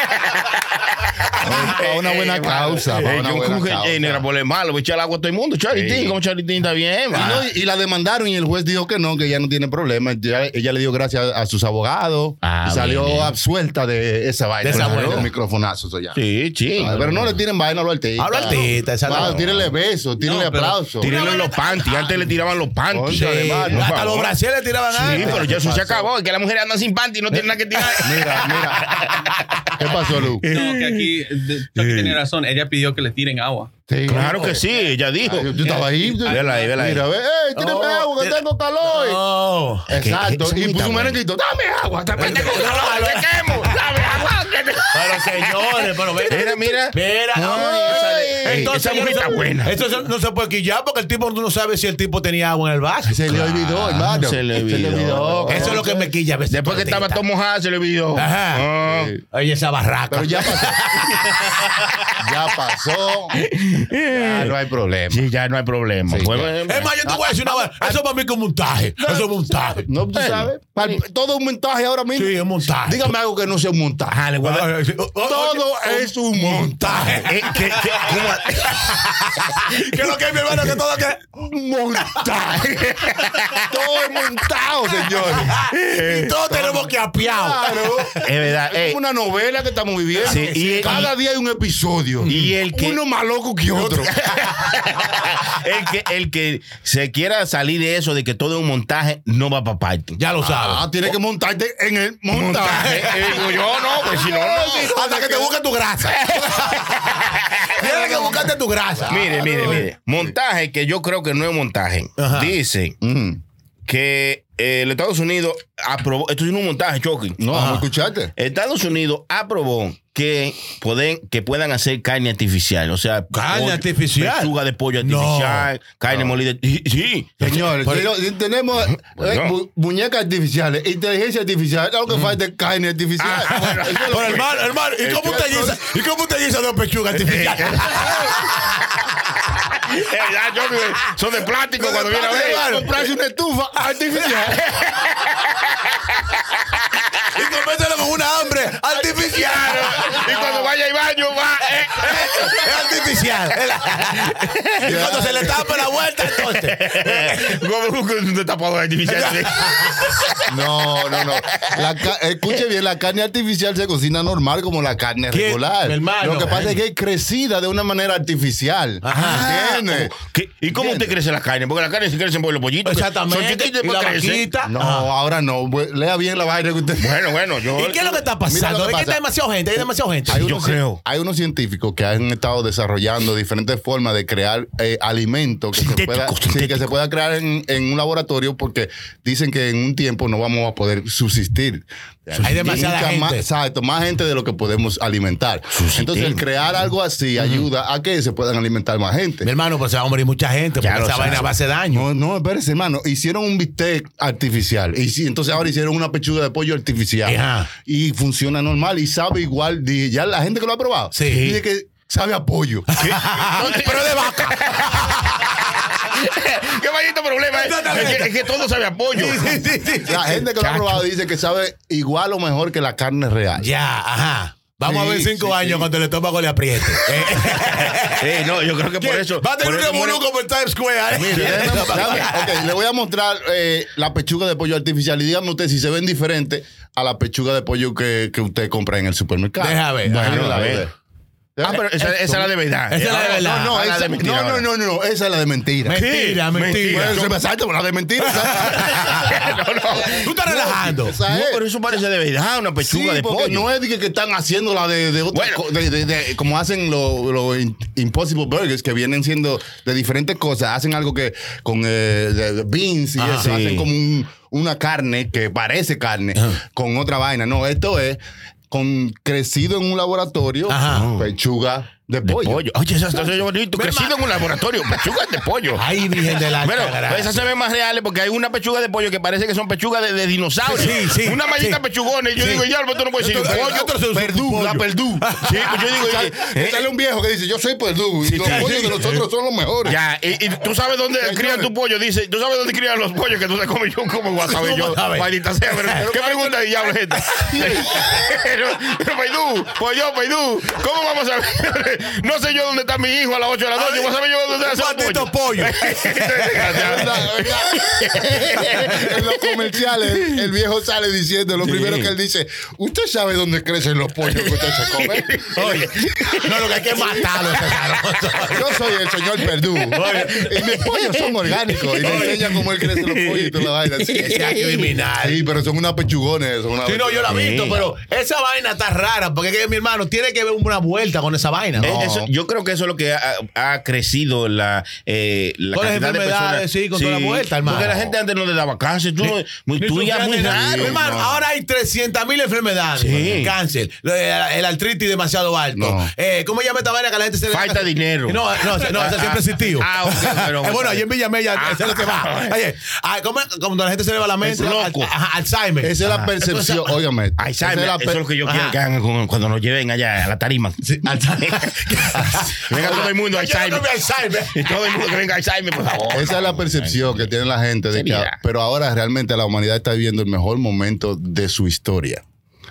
A: Para una buena causa. Para
E: Eh,
A: una
E: yo
A: buena
E: creo que
A: causa.
E: eh, negra por el malo, voy a echar el agua a todo el mundo. Charitín, como Charitín está bien,
A: Y,
E: va.
A: no, y- y la demandaron y el juez dijo que no, que ella no tiene problema. Ya- ella le dio gracias a, a sus abogados
E: Ah,
A: y salió
E: bien, bien.
A: absuelta de esa vaina.
D: De esa
A: Claro,
D: vaina.
A: los microfonazos ya.
E: Sí, sí.
A: Ah, Pero no le tiren vaina a los artistas.
D: A los artistas, esa
A: Ah,
D: no.
A: Tírenle besos, tírenle
F: No, pero-
A: aplausos.
E: Tírenlo en los panties. Antes le tiraban los panties.
A: Concha de
E: Sí,
A: madre,
E: por
D: Hasta
E: favor.
D: los brasiles le tiraban
E: Sí,
D: algo.
E: pero ya eso se acabó. Es que las mujeres andan sin panties y no tienen nada que <laughs> tirar.
A: Mira, mira. ¿Qué pasó, Lu?
E: Eh,
F: No,
A: Eh.
F: que aquí eh, de- Chucky tiene razón. Ella pidió que le tiren agua.
A: Sí.
E: Claro que sí, ella dijo.
A: Ay, Yo
E: <laughs>
A: estaba ahí. tú-
E: Vela ahí, vela ahí.
A: Mira, ve, ey, tírenme
D: No,
A: agua, que
D: tira-
A: tengo calor. Oh.
D: No.
A: Exacto.
E: que- que-
A: y puso un
E: bueno.
A: merenguito, dame agua. Dame
E: Este
D: Pero señores, pero ven.
E: Mira, mira.
D: Mira,
E: Ay, esa de- esa
D: yo
E: mujer
D: no
E: está
D: sé-
E: buena.
D: Eso se- no se puede quillar porque el tipo tú no sabe si el tipo tenía agua en el vaso.
A: Se le olvidó, hermano.
E: se le olvidó.
D: Eso es lo que me quilla a veces.
E: Después que estaba todo mojado, se le olvidó.
D: Ajá.
E: Ah.
D: Oye, esa barraca.
A: Pero
E: <laughs>
A: ya pasó. ya pasó. Ya no hay problema.
E: Sí, ya no hay problema.
A: Sí,
E: Pues,
A: ya.
E: eh,
D: Es más, yo te voy a decir una vaina. Eso para mí que es montaje. Eso es montaje.
A: No, tú sabes. Pal- todo un montaje ahora mismo.
D: Sí, es montaje.
A: Dígame algo que no sea un montaje. Todo es un montaje.
E: eh, ¿qué- qué- cómo-
D: ¿Qué es lo <laughs> que es, mi hermano? Que todo que.
A: <laughs> Un montaje. todo es
E: <laughs>
A: montado, señores.
D: ah,
E: Eh,
D: Y todos
E: ah,
D: tenemos que apiar.
A: Claro.
E: Es verdad.
A: Es
E: eh,
A: como una novela que estamos viviendo.
E: Sí, y-
A: Cada día hay un episodio. Mm.
E: Y el que-
A: Uno más loco que otro. <laughs>
E: el, que, el que se quiera salir de eso, de que todo es un montaje, no va para parte.
D: Ya lo
A: Ah,
D: sabes.
A: tienes que montarte en el montaje.
E: Montaje. <laughs> Eh, digo yo no, pues si no, no.
D: Hasta que te busques tu
E: <laughs>
D: grasa. Tienes que buscarte tu grasa.
E: Mire, mire, mire. Montaje que yo creo que no es montaje.
D: Ajá.
E: Dice
A: Mm.
E: que eh, los Estados Unidos aprobó, esto es un montaje, Chucky.
A: No,
D: Ajá.
A: ¿me escuchaste?
E: Estados Unidos aprobó que, pueden, que puedan hacer carne artificial, o sea,
D: Carne
E: pollo-
D: artificial.
E: pechuga de pollo
D: No.
E: artificial, carne molida. Sí, sí.
A: Señor,
D: Por-
A: pero tenemos eh,
E: Bueno.
A: mu- muñecas artificiales, inteligencia artificial, lo que falta es carne artificial.
E: Ah, bueno.
A: Eso es lo
D: Pero
A: que-
D: hermano, hermano, ¿y cómo usted guisa? ¿Y cómo usted guisa dos
A: <laughs>
D: pechugas <laughs> artificiales?
E: <laughs> Eh, ya, Chucky, son de plástico cuando viene a ver.
A: Comprarse una estufa artificial.
D: Y comérselo con una hambre artificial.
E: Y cuando vaya al baño, va. eh, eh.
A: <laughs>
D: Es artificial. Y cuando se le tapa la vuelta, entonces.
E: ¿Cómo que un destapador artificial?
A: <laughs> No, no, no. La ca- escuche bien, la carne artificial se cocina normal como la carne
D: ¿Qué?
A: regular.
D: Mi hermano.
A: Lo que pasa es que es crecida de una manera artificial.
D: Ajá.
A: ¿Entiendes?
E: ¿Qué? ¿Y cómo usted crece la carne? Porque la carne se crece por los pollitos. que Son
D: Exactamente.
E: chiquitos
D: Y la
E: crecen.
D: vaquita.
A: No,
D: Ajá.
A: ahora no. Bu- Lea bien la vaina que usted.
E: Bueno, bueno, yo.
D: ¿Y qué es lo que está
A: Mira
D: pasando?
A: lo que
D: es que
A: pasa.
D: está demasiada gente, hay demasiada gente.
A: Hay
E: Yo
A: unos,
E: creo.
A: Hay unos científicos que han estado desarrollando diferentes formas de crear eh, alimentos que se,
E: Sintético,
A: pueda, sí,
E: sintético.
A: que se pueda crear en, en un laboratorio porque dicen que en un tiempo no vamos a poder subsistir. Subsistir.
D: demasiada
A: Mucha Más,
D: gente.
A: exacto, más gente de lo que podemos alimentar.
E: Subsistir.
A: Entonces, el crear algo así ayuda a que se puedan alimentar más gente.
D: Mi hermano, pues se va a morir mucha gente,
E: Ya
D: porque
E: lo
D: esa
E: sabes.
D: vaina va a hacer daño.
A: No, no, espérese, hermano. Hicieron un bistec artificial. Y sí, entonces ahora hicieron una pechuga de pollo artificial.
D: Ajá.
A: Y funciona normal y sabe igual. Dije, ya la gente que lo ha probado.
D: Sí.
A: Dice que sabe a
E: <laughs>
A: pollo.
D: <laughs> Pero de vaca.
E: Qué maldito problema es.
D: Exactamente.
E: Es que, es <laughs> que todo sabe apoyo.
D: <laughs>
A: La gente que lo ha probado dice que sabe igual o mejor que la carne
E: <laughs>
A: real.
D: Ya, ajá. Vamos
A: Sí,
D: a ver cinco
A: sí,
D: años
A: sí.
D: cuando el estómago le
A: <laughs>
D: apriete. <laughs> Eh,
E: Eh, no, yo creo que por
D: ¿Qué?
E: eso.
D: Va a tener un
E: por eso muere-
D: revolú como en Times Square. ¿eh?
A: Mire, déjame-
E: <laughs>
A: déjame- ok, le voy a mostrar eh, la pechuga de pollo artificial y dígame usted si se ven diferente a la pechuga de pollo que, que usted compra en el supermercado.
D: Deja ver,
A: Bueno,
E: déjame
A: la
E: ver.
A: verdad.
E: Ah, pero esa, esa es la de verdad.
D: Esa es la de verdad.
A: No, no,
E: Ah, la
A: esa-
E: de mentira
A: no, no,
E: ahora.
A: no, no, no, esa es la de mentira.
D: Mentira, mentira.
A: Bueno, se me salta por la de mentira. ¿sabes?
E: <laughs> no, no.
D: Tú estás relajando.
A: Esa
E: No,
A: es.
E: pero eso parece de verdad, una
A: eh. Sí,
E: pechuga de
A: porque
E: pollo.
A: no es de que, que están haciendo la de, de, otra
E: Bueno.
A: co- de- de- de- como hacen los los in- Impossible Burgers que vienen siendo de diferentes cosas. Hacen algo que con eh, de- de beans y
E: Ah,
A: eso.
E: sí.
A: Hacen como un- una carne que parece carne con otra vaina. No, esto es con crecido en un laboratorio,
D: Ajá.
A: pechuga de,
E: De
A: pollo.
E: pollo. Oye, esa está yo bonito.
D: Mi
E: Crecido en un laboratorio. Pechugas de pollo.
D: Ahí, virgen de la
E: Bueno,
D: Alta Gracia.
E: esas se ven más reales porque hay una pechuga de pollo que parece que son pechugas de, de dinosaurios.
D: Sí, sí,
E: Una mallita
D: sí.
E: pechugona. Y yo digo, ya, tú no puedes decir
D: Esto-
E: pollo.
D: esto es un pollo.
A: Perdú, la <laughs> perdú.
D: <laughs>
E: Sí, pues yo digo,
A: Sale-
E: eh, eh,
A: sale un viejo que dice, yo soy perdú y los
D: sí,
A: pollos
D: sí.
A: de nosotros son los mejores.
E: Ya, y, y tú sabes dónde crían tu pollo, dice, tú sabes dónde crían los pollos que tú te comes yo como guasabe yo.
D: Guasave.
E: Maldita sea, pero qué pregunta de diablo es esta. pero, pero Paidú, pollo, Paidú, ¿cómo vamos a ver? no sé yo dónde está mi hijo a las 8 de la noche,
D: Ay,
E: guasabe yo dónde está ese
D: Patito
E: <laughs> pollo.
D: pollo.
E: Desgraciado.
A: <laughs> en los comerciales, el viejo sale diciendo lo primero que él dice: Usted sabe dónde crecen los pollos que usted se come.
D: Oye, no, lo que hay que matarlo, ese garoto.
A: Yo soy el señor Perdú. Y mis pollos son orgánicos. Y me enseña cómo él crece los pollos y toda la vaina. Sí,
D: Ese es criminal.
A: Sí, pero son unas pechugones. son unas
D: <laughs> Sí, no, yo la he visto,
E: Sí.
D: pero esa vaina está rara, porque es que mi hermano tiene que ver una vuelta con esa vaina.
E: Eh,
D: No.
E: eso- yo creo que eso es lo que ha, ha crecido la, eh, la
D: Con las
E: cantidad de
D: enfermedades,
E: personas.
D: sí, con toda la vuelta, hermano.
E: Porque la gente antes no le daba cáncer. Tú, muy,
D: Ni
E: tú ya
D: sufría
E: muy
D: ni nada.
E: raro.
D: Mi hermano,
E: No.
D: ahora hay 300 mil enfermedades.
E: Sí.
D: Cáncer, el, el artritis demasiado alto.
A: No.
D: Eh, ¿Cómo llama esta vaina que a la gente se le <laughs>
E: Falta dinero.
D: No, no, no, no, eso siempre ha existido.
E: Ah, ok, pero-
D: <laughs> Eh, bueno, allí en Villamella,
E: Ah,
D: eso es lo que va.
E: <laughs> ah,
D: Oye, ah, ¿cómo es? cuando la gente se le va la mente,
E: Es loco.
D: Ajá, Alzheimer.
A: Esa es la percepción. Óigame.
E: ah, Ay,
A: esa es
E: Simon,
A: la
E: eso es
A: per-
E: lo que yo
D: Ajá.
E: quiero que hagan con- cuando nos lleven allá a la tarima. <laughs> venga todo el mundo a
D: Yo no
E: Alzheimer.
D: tengo Alzheimer.
E: Y todo el mundo que venga a Alzheimer, por favor.
A: Esa es la percepción que tiene la gente de que,
E: Seriedad.
A: pero ahora realmente la humanidad está viviendo el mejor momento de su historia.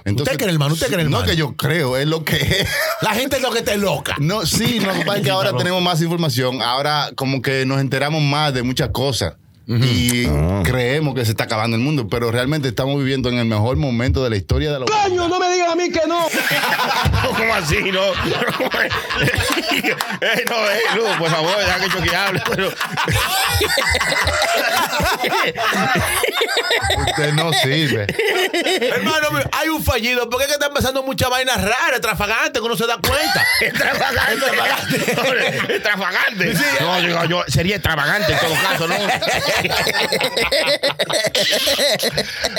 A: Entonces,
D: ¿Usted cree, hermano? ¿Usted cree, hermano?
A: No que yo creo, es lo que es. <laughs>
D: La gente es lo que está
E: <laughs>
D: loca.
A: No, sí, lo que pasa es que ahora tenemos más información, ahora como que nos enteramos más de muchas cosas. Y
E: Ah.
A: creemos que se está acabando el mundo, pero realmente estamos viviendo en el mejor momento de la historia de la humanidad.
G: ¡Coño, no me digan a mí que no!
E: <laughs> ¿Cómo así, no? <laughs> Eh, no, eh, Lu, por favor, deja que Chucky hable. pero-
A: Usted no sirve.
D: Hermano, hay un fallido porque es que están pasando muchas vainas raras, trafagantes, que uno se da
E: <laughs>
D: cuenta.
E: Extravagante. Extravagante. No, yo, yo- sería extravagante en todo caso, ¿no?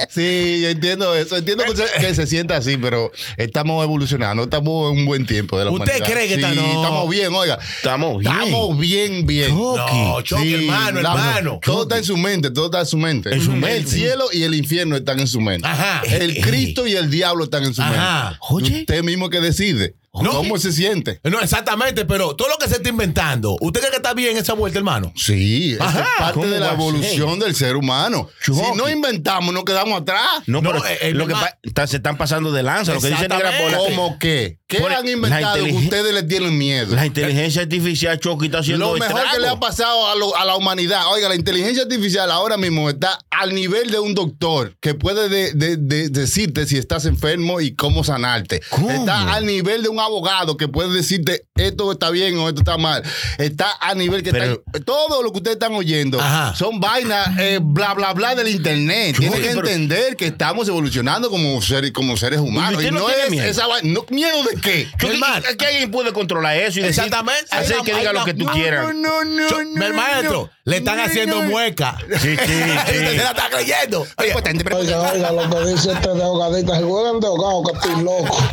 A: Sí, yo entiendo eso. Entiendo que se, que se sienta así, pero estamos evolucionando. Estamos en un buen tiempo de la
D: ¿Usted
A: humanidad.
D: cree que está-
A: Sí,
D: no.
A: Estamos bien, oiga.
E: Estamos bien.
A: Estamos bien, bien.
D: No, Chucky,
A: Sí,
D: hermano,
A: la-
D: hermano.
A: Todo está en su mente, todo está en su mente.
E: En su
A: El
E: mente.
A: cielo y el infierno están en su mente.
D: Ajá.
A: El Cristo y el diablo están en su
D: Ajá.
A: mente.
E: Oye.
A: Usted mismo que decide
D: No.
A: cómo se siente.
D: No, exactamente, pero todo lo que se está inventando, ¿usted cree que está bien esa vuelta, hermano?
A: Sí, eso
D: Ajá.
A: es parte
E: ¿Cómo
A: de
E: va
A: la
E: a ser?
A: evolución del ser humano. Si
E: Chucky.
A: no inventamos, nos quedamos atrás.
E: No,
D: No,
E: pero
D: eh, eh,
E: lo que
D: ma-
E: pa- está- se están pasando de lanza, lo que dicen negra
D: Exactamente.
E: por la-
A: ¿Cómo que? ¿Qué
E: Por-
A: han
E: la
A: inventado que
E: inteligen-
A: ustedes le tienen miedo?
E: La inteligencia artificial, Chucky, está haciendo
A: Lo mejor
E: estragos.
A: que le ha pasado a, lo- a la humanidad. Oiga, la inteligencia artificial ahora mismo está al nivel de un doctor que puede de- de- de- decirte si estás enfermo y cómo sanarte. Está al nivel de un abogado que puede decirte esto está bien o esto está mal. Está a nivel que
E: Pero-
A: está- todo lo que ustedes están oyendo
D: Ajá.
A: son vainas eh, bla bla bla del internet. Tienen que
E: pero-
A: entender que estamos evolucionando como ser- como seres humanos
E: usted
A: y
E: no
A: no
E: tiene
A: es
E: miedo?
A: esa vaina. No, miedo de qué.
E: Chucky,
D: Hermano.
E: ¿a- que alguien puede controlar eso y decir-
D: Exactamente.
A: <laughs>
E: hacer
D: Hay
E: que
D: una-
E: diga
D: hay
E: lo
D: una-
E: que tú
D: no,
E: quieras.
A: no, no,
D: Yo-
A: no,
D: el maestro,
A: no.
D: le están
A: No,
D: haciendo
A: no.
D: mueca. <laughs>
E: Sí, pues,
D: Usted se
E: sí,
D: la está creyendo. Oye,
G: Oiga, oiga, lo que dice este de ahogadita, se juegan de ahogado, que estoy loco.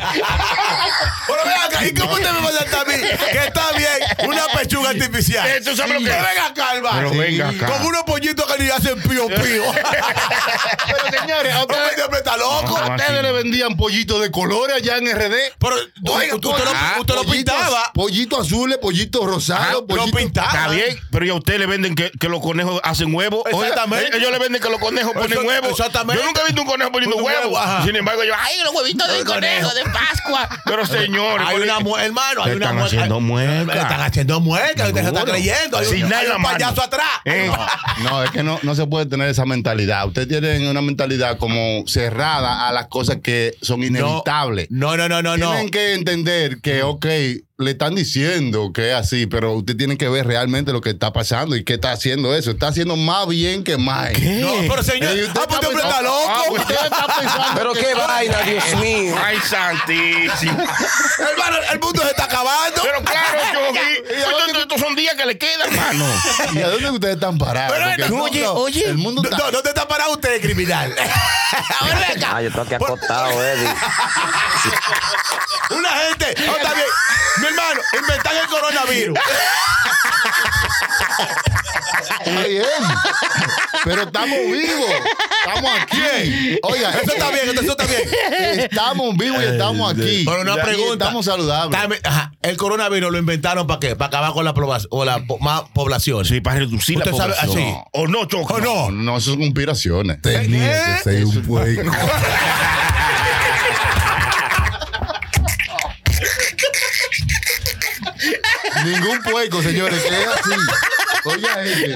D: Pero ven acá, ¿y cómo usted me va a saltar a mí? Que está bien, una pechuga artificial.
E: Eh, tú sabes lo
D: Sí.
E: que-
D: venga acá, hermano.
E: Pero venga acá.
D: Con unos pollitos que ni hacen
E: <laughs>
D: pío pío. <laughs>
A: Pero señores, a
D: ¿Cómo
A: ustedes,
D: siempre está loco?
A: a ustedes le vendían pollitos de colores allá en RD.
D: Pero oiga, usted,
E: ah,
D: lo, usted lo
A: Pollitos-
D: pintaba. Ah,
A: Pollitos azules, pollitos rosados,
D: Lo
A: pollitos-
D: pintaba.
E: Está bien, pero ya a ustedes le venden que, que los conejos hacen huevos. Oye,
D: Exactamente.
E: ellos le venden que los conejos ponen
D: Exact-
E: huevos.
D: exactamente.
E: Yo nunca he visto un conejo poniendo
D: Poniendo huevo,
E: huevos.
D: ajá.
E: Sin embargo, yo, ay, los huevitos del conejo de Pascua. Pero señores,
D: Hay
E: ponen-
D: una mueca, hermano. Hay
E: Le
D: una
E: están
D: mueca.
E: haciendo mueca.
D: Le están haciendo mueca. Usted se está
E: Seguro.
D: creyendo. Hay
E: Sin
D: un,
E: nada
D: hay
E: en la
D: un
E: mano.
D: payaso atrás.
E: Eh,
A: <laughs> No, es que no, no se puede tener esa mentalidad. Ustedes tienen una mentalidad como cerrada a las cosas que son inevitables.
D: No, no, no, no, no. Mm.
A: Tienen que entender que, ok, le están diciendo que es así, pero usted tiene que ver realmente lo que está pasando y qué está haciendo eso. Está haciendo más bien que mal.
D: No,
E: Eh,
D: pero señor,
A: Y
D: ah, pues usted hombre está loco.
A: Ah, usted está
D: <laughs>
A: pensando
G: Pero qué
E: Ah,
G: vaina,
E: eh.
G: Dios mío.
E: Ay, santísimo.
D: Hermano, el mundo se está acabando.
E: Pero <laughs> claro, Chucky. Estos, estos son días que le quedan, hermano.
A: Ah, ¿Y a dónde ustedes están parados?
D: Pero
A: Porque
D: ven
A: el
D: acá.
A: mundo- El mundo
D: No,
A: está.
D: no, no te está parado usted,
E: <laughs>
D: criminal. Ahora ven acá.
H: Ah, yo estoy aquí acostado, Eddie.
D: Una gente. No, está bien. Mi hermano, inventan el coronavirus.
A: Está bien. Pero estamos vivos. Estamos aquí. Oiga,
D: Eso
E: eh,
D: está bien, eso está
E: <laughs>
D: bien.
A: Estamos vivos y estamos aquí.
D: Pero una
A: Y
D: pregunta.
A: Estamos saludables.
D: También, ajá, el coronavirus lo inventaron para qué? Para acabar con la, proba- o la po- más población.
E: Sí, para reducir la
D: Usted sabe,
E: población.
D: así.
E: ¿O no, Chucky?
D: ¿O no?
A: No, eso son
D: Eh,
A: conspiraciones.
D: Tenía
A: que ser un pueblo. Ningún pueco, señores, que es así. Oiga, este.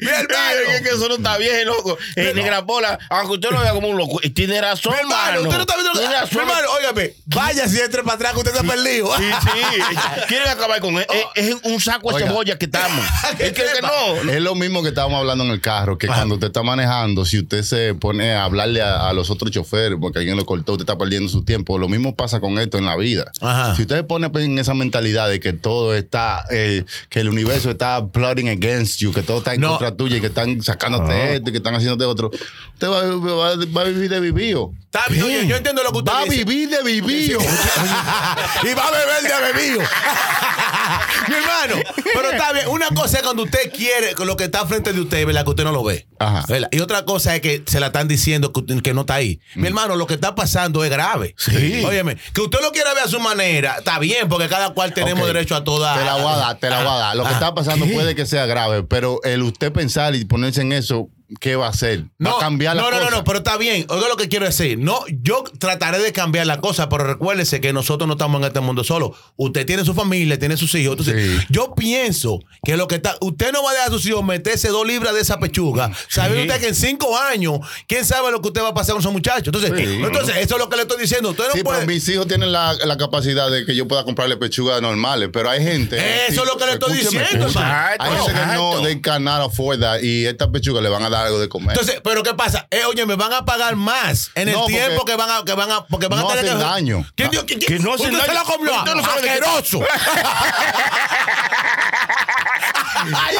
E: Mi
D: hermano.
E: Es que eso no está bien, loco. Eh, negra bola, aunque usted lo vea como un loco, y tiene razón,
D: Mi hermano,
E: hermano.
D: usted no está viendo lo que-
E: Tiene razón.
D: Mi hermano, óigame, vaya si entre para atrás que usted está perdido.
E: Sí, sí. Quieren acabar con él. Es, es un saco de
A: Oiga.
E: cebolla que estamos. Es que, que no.
A: Es lo mismo que estábamos hablando en el carro, que cuando usted está manejando, si usted se pone a hablarle a, a los otros choferes porque alguien lo cortó, usted está perdiendo su tiempo. Lo mismo pasa con esto en la vida.
D: Ajá.
A: Si usted se pone pues, en esa mentalidad de que todo está, eh, que el universo está plotting against you, que todo está en
D: No.
A: contra tuya y que están sacándote esto y que están haciéndote otro, usted va, va- va a vivir de vivío.
D: <laughs> Está bien, oye, yo entiendo lo que usted
A: Va a
D: dice.
A: vivir de vivío.
D: y va a beber de bebido. <laughs> Mi hermano, pero está bien. Una cosa es cuando usted quiere, con lo que está frente de usted, ¿verdad? Que usted no lo ve.
A: Ajá.
D: ¿Verdad? Y otra cosa es que se la están diciendo que, usted- que no está ahí.
A: Mm.
D: Mi hermano, lo que está pasando es grave. Sí. Óyeme, que usted lo quiera ver a su manera, está bien, porque cada cual tenemos
A: Ok.
D: derecho a toda.
A: Te la voy a dar, te la voy a dar. Lo que está pasando puede que sea grave, pero el usted pensar y ponerse en eso, ¿qué va a hacer? ¿Va a cambiar la
D: no,
A: cosa?
D: no, no, no, pero está bien. Oiga lo que quiero decir. No, yo trataré de cambiar la cosa, pero recuérdese que nosotros no estamos en este mundo solo. Usted tiene su familia, tiene sus hijos. Entonces,
A: Sí.
D: yo pienso que lo que está. Usted no va a dejar a sus hijos meterse dos libras de esa pechuga. Sabe usted que en cinco años, quién sabe lo que usted va a pasar con esos muchachos. Entonces,
A: Sí.
D: entonces eso es lo que le estoy diciendo. Usted no
A: Sí,
D: puede.
A: pero mis hijos tienen la, la capacidad de que yo pueda comprarle pechugas normales, pero hay gente.
D: Eso
A: sí,
D: es lo que le estoy
A: escúcheme,
D: diciendo,
A: escúcheme. Hay
D: hermano.
A: gente que no,
E: Exacto.
A: they cannot afford that, y estas pechugas le van a dar algo de comer.
D: Entonces, pero ¿qué pasa? Eh, oye, me van a pagar más en el
A: No, porque-
D: tiempo que van a que van a porque van
A: No
D: a tener
A: hacen
D: que
A: daño.
D: ¿Quién
A: No,
D: dijo que,
E: que no hacen
D: usted se
E: daño.
D: la comió?
E: Usted no sabe de qué-
D: Asqueroso.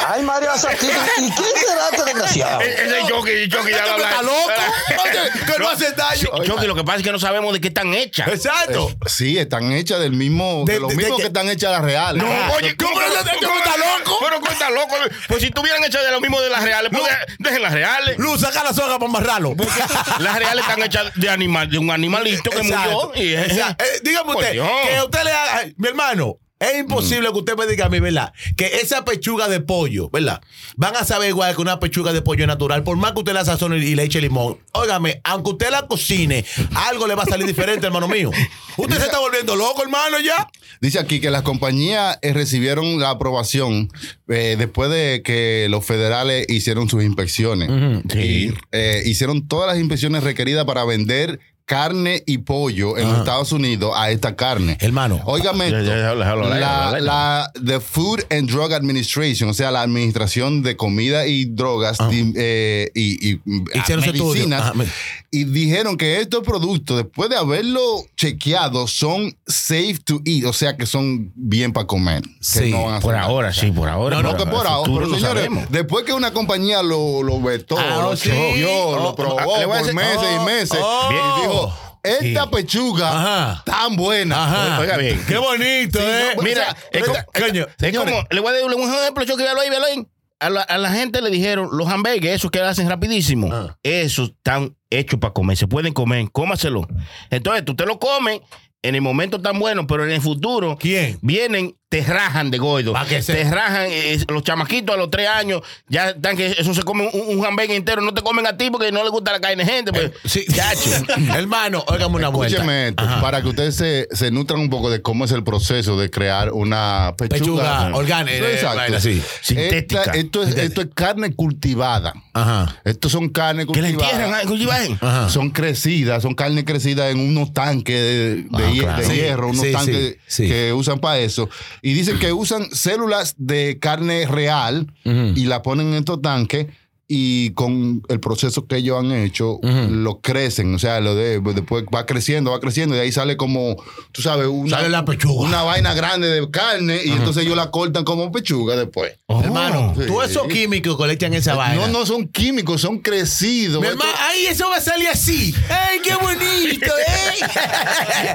G: Ay, Mario Azatín, ¿y quién será este desgraciado?
I: Eh,
E: E- <laughs> Ese Chucky, Chucky ya
D: Este
E: lo
D: que está
E: habla.
D: loco.
E: <laughs>
D: Oye, que no hace daño.
E: Chucky, lo que pasa es que no sabemos de qué están hechas.
D: Exacto.
A: Sí, están hechas del mismo, de,
D: De-
A: lo
D: de-
A: mismo
D: de-
A: que están hechas las reales.
E: No, oye,
D: ¿Cómo
E: pero-
D: no- cómo está loco?
E: Pero ¿cómo está loco? Pues si estuvieran hechas de lo mismo de las reales, pues de- dejen las reales.
D: Luz, saca la soga para amarrarlo. <laughs>
E: Las reales están hechas de animal, de un animalito que
D: Exacto.
E: murió. Y,
D: Exacto. Eh, dígame
E: Por
D: usted,
E: Dios. Mm.
D: que a usted le haga, ay, mi hermano, es imposible que usted me diga a mí, ¿verdad? Que esa pechuga de pollo, ¿verdad? Van a saber igual que una pechuga de pollo natural, por más que usted la sazone y le eche limón. Óigame, aunque usted la cocine, algo le va a salir diferente, hermano mío. Usted se está volviendo loco, hermano, ya.
A: Dice aquí que las compañías eh, recibieron la aprobación eh, después de que los federales hicieron sus inspecciones. Y, eh, hicieron todas las inspecciones requeridas para vender carne y pollo en los Estados Unidos a esta carne.
D: Hermano.
A: Óigame
E: Ya,
A: esto.
E: ya, déjalo, déjalo, déjalo,
A: La,
E: déjalo.
A: la the Food and Drug Administration, o sea, la administración de comida y drogas di- eh, y, y,
D: Hicieron su estudio.
A: medicinas,
D: Ajá, me-
A: y dijeron que estos productos, después de haberlo chequeado, son safe to eat, o sea que son bien para comer. que
D: Sí,
A: no van a
E: por
A: hacer
E: ahora, sí, por ahora.
A: nada. No, no, que por ahora.
E: Tú
A: Pero
E: lo
A: señores,
E: sabemos.
A: después que una compañía lo, lo vetó,
D: Ah,
A: lo
D: oh, sí.
A: chequeó,
D: Oh,
A: lo probó
E: le voy
A: por
E: a decir-
A: meses
D: oh,
A: y meses,
D: oh.
A: y dijo, esta pechuga
D: Ajá.
A: tan buena.
D: Ajá.
E: Oiga bien.
D: Qué bonito, ¿eh?
A: no, pues,
E: Mira,
A: o sea,
E: es,
A: pero
E: co-
D: coño,
E: es
D: señores.
E: como, le voy a dar un ejemplo, yo que véalo ahí, véalo ahí. A la, a la gente le dijeron, los hamburgues, esos que hacen rapidísimo,
D: Ah.
E: esos están hechos para comer, se pueden comer, cómaselo. Entonces, tú te lo comes, en el momento tan bueno, pero en el futuro,
D: ¿Quién?
E: Vienen, te rajan de goido.
D: Pa' que se-
E: Te rajan, eh, los chamaquitos a los tres años, ya están que eso se come un, un hamburger entero, no te comen a ti porque no le gusta la carne de gente. Pues,
D: Sí, eh,
A: <laughs>
D: hermano, óigame una vuelta.
A: Escúcheme esto, para que ustedes se, se nutran un poco de cómo es el proceso de crear una pechuga,
D: Pechuga orgánica, eh, vaina, sí.
A: Esta-
E: Sintética.
A: esto, es, esto es carne cultivada.
D: Ajá.
A: Estos son carne
E: que le entierran,
A: cultivada.
E: ah, que llevan.
D: Ajá.
A: Son crecidas, son carne crecida en unos tanques de, de
E: Ah,
A: hie-
E: claro.
A: de
D: Sí,
A: hierro, unos
D: sí,
A: tanques
D: sí, sí.
A: que usan para eso. Y dicen que usan células de carne real y la ponen en estos tanques y con el proceso que ellos han hecho, lo crecen. O sea, lo de, después va creciendo, va creciendo y de ahí sale como, tú sabes, una,
D: Sale la pechuga.
A: una vaina grande de carne y entonces ellos la cortan como pechuga después.
E: Oh.
D: Hermano,
A: Sí.
D: todos esos químicos que le echan esa vaina.
A: No, no son químicos, son crecidos.
D: Mi
A: Esto-
D: hermano, ay, eso va a salir así. ¡Ey, qué
E: <laughs>
D: bonito! ¡Ey!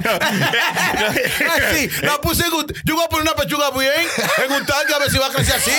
D: Ah, así, la puse pues, en un- Yo voy a poner una pechuga bien en un tanque a ver si va a crecer así.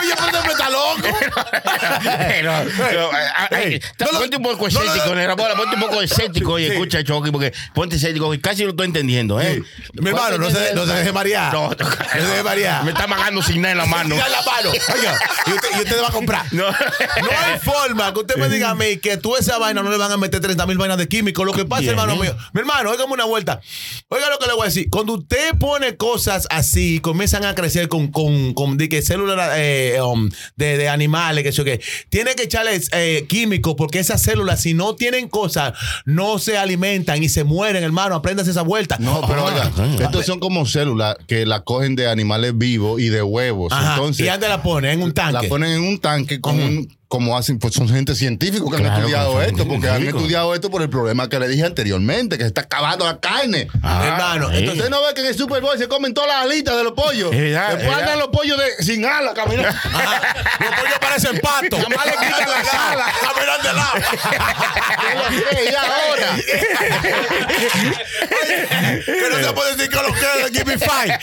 D: Oye, pero me está
E: <laughs>
D: loco.
E: Pero, pero, ah, ah,
D: Ey,
E: eh, ta-
D: no lo-
E: ponte un poco
D: no lo-
E: escéptico, nena, bola, ponte un poco escéptico
D: <laughs>
E: y
D: Sí.
E: escucha, Chucky, porque ponte escéptico, que casi lo estoy entendiendo, ¿eh?
D: Mi hermano, no se, no se deje marear. No,
E: No, no,
D: se deje marear.
E: Me está magando sin nada en la mano.
D: Tira la mano. Ah, Oiga, y usted, y usted va a comprar.
E: No.
D: No hay forma que usted me diga a mí que tú esa vaina no le van a meter 30 mil vainas de químico. Lo que pasa,
E: Bien.
A: ¿eh?
D: hermano mío. Mi hermano, óigame una vuelta. Oiga lo que le voy a decir. Cuando usted pone cosas así y comienzan a crecer con, con, con de que células eh, um, de, de animales, que sé yo qué, tiene que echarles eh, químicos porque esas células, si no tienen cosas, no se alimentan y se mueren, hermano. Apréndase esa vuelta. <laughs>
A: No, pero oiga, estos son como células que la cogen de animales vivos y de huevos.
D: Ajá.
A: Entonces,
D: y anda la pone en un tanque.
A: la ponen en un tanque con un- como hacen, pues son gente científica que han
E: Claro,
A: estudiado
E: son
A: esto, porque han
E: científicos.
A: estudiado esto por el problema que le dije anteriormente, que se está acabando la carne.
D: Ah. hermano,
E: Ah, sí.
D: entonces
A: Usted no ve que en el Super Bowl se comen todas las alitas de los pollos.
E: Es
D: Eh,
E: verdad,
A: Después
E: es
A: andan
E: verdad.
A: los pollos de- sin alas
D: <laughs>
A: caminando.
D: Los pollos parecen pato. Nada más le quitan <laughs> la sala. Caminan de lado.
A: Yo lo sé, ya ahora.
D: Que no se puede decir que los quieren de Give Me Five.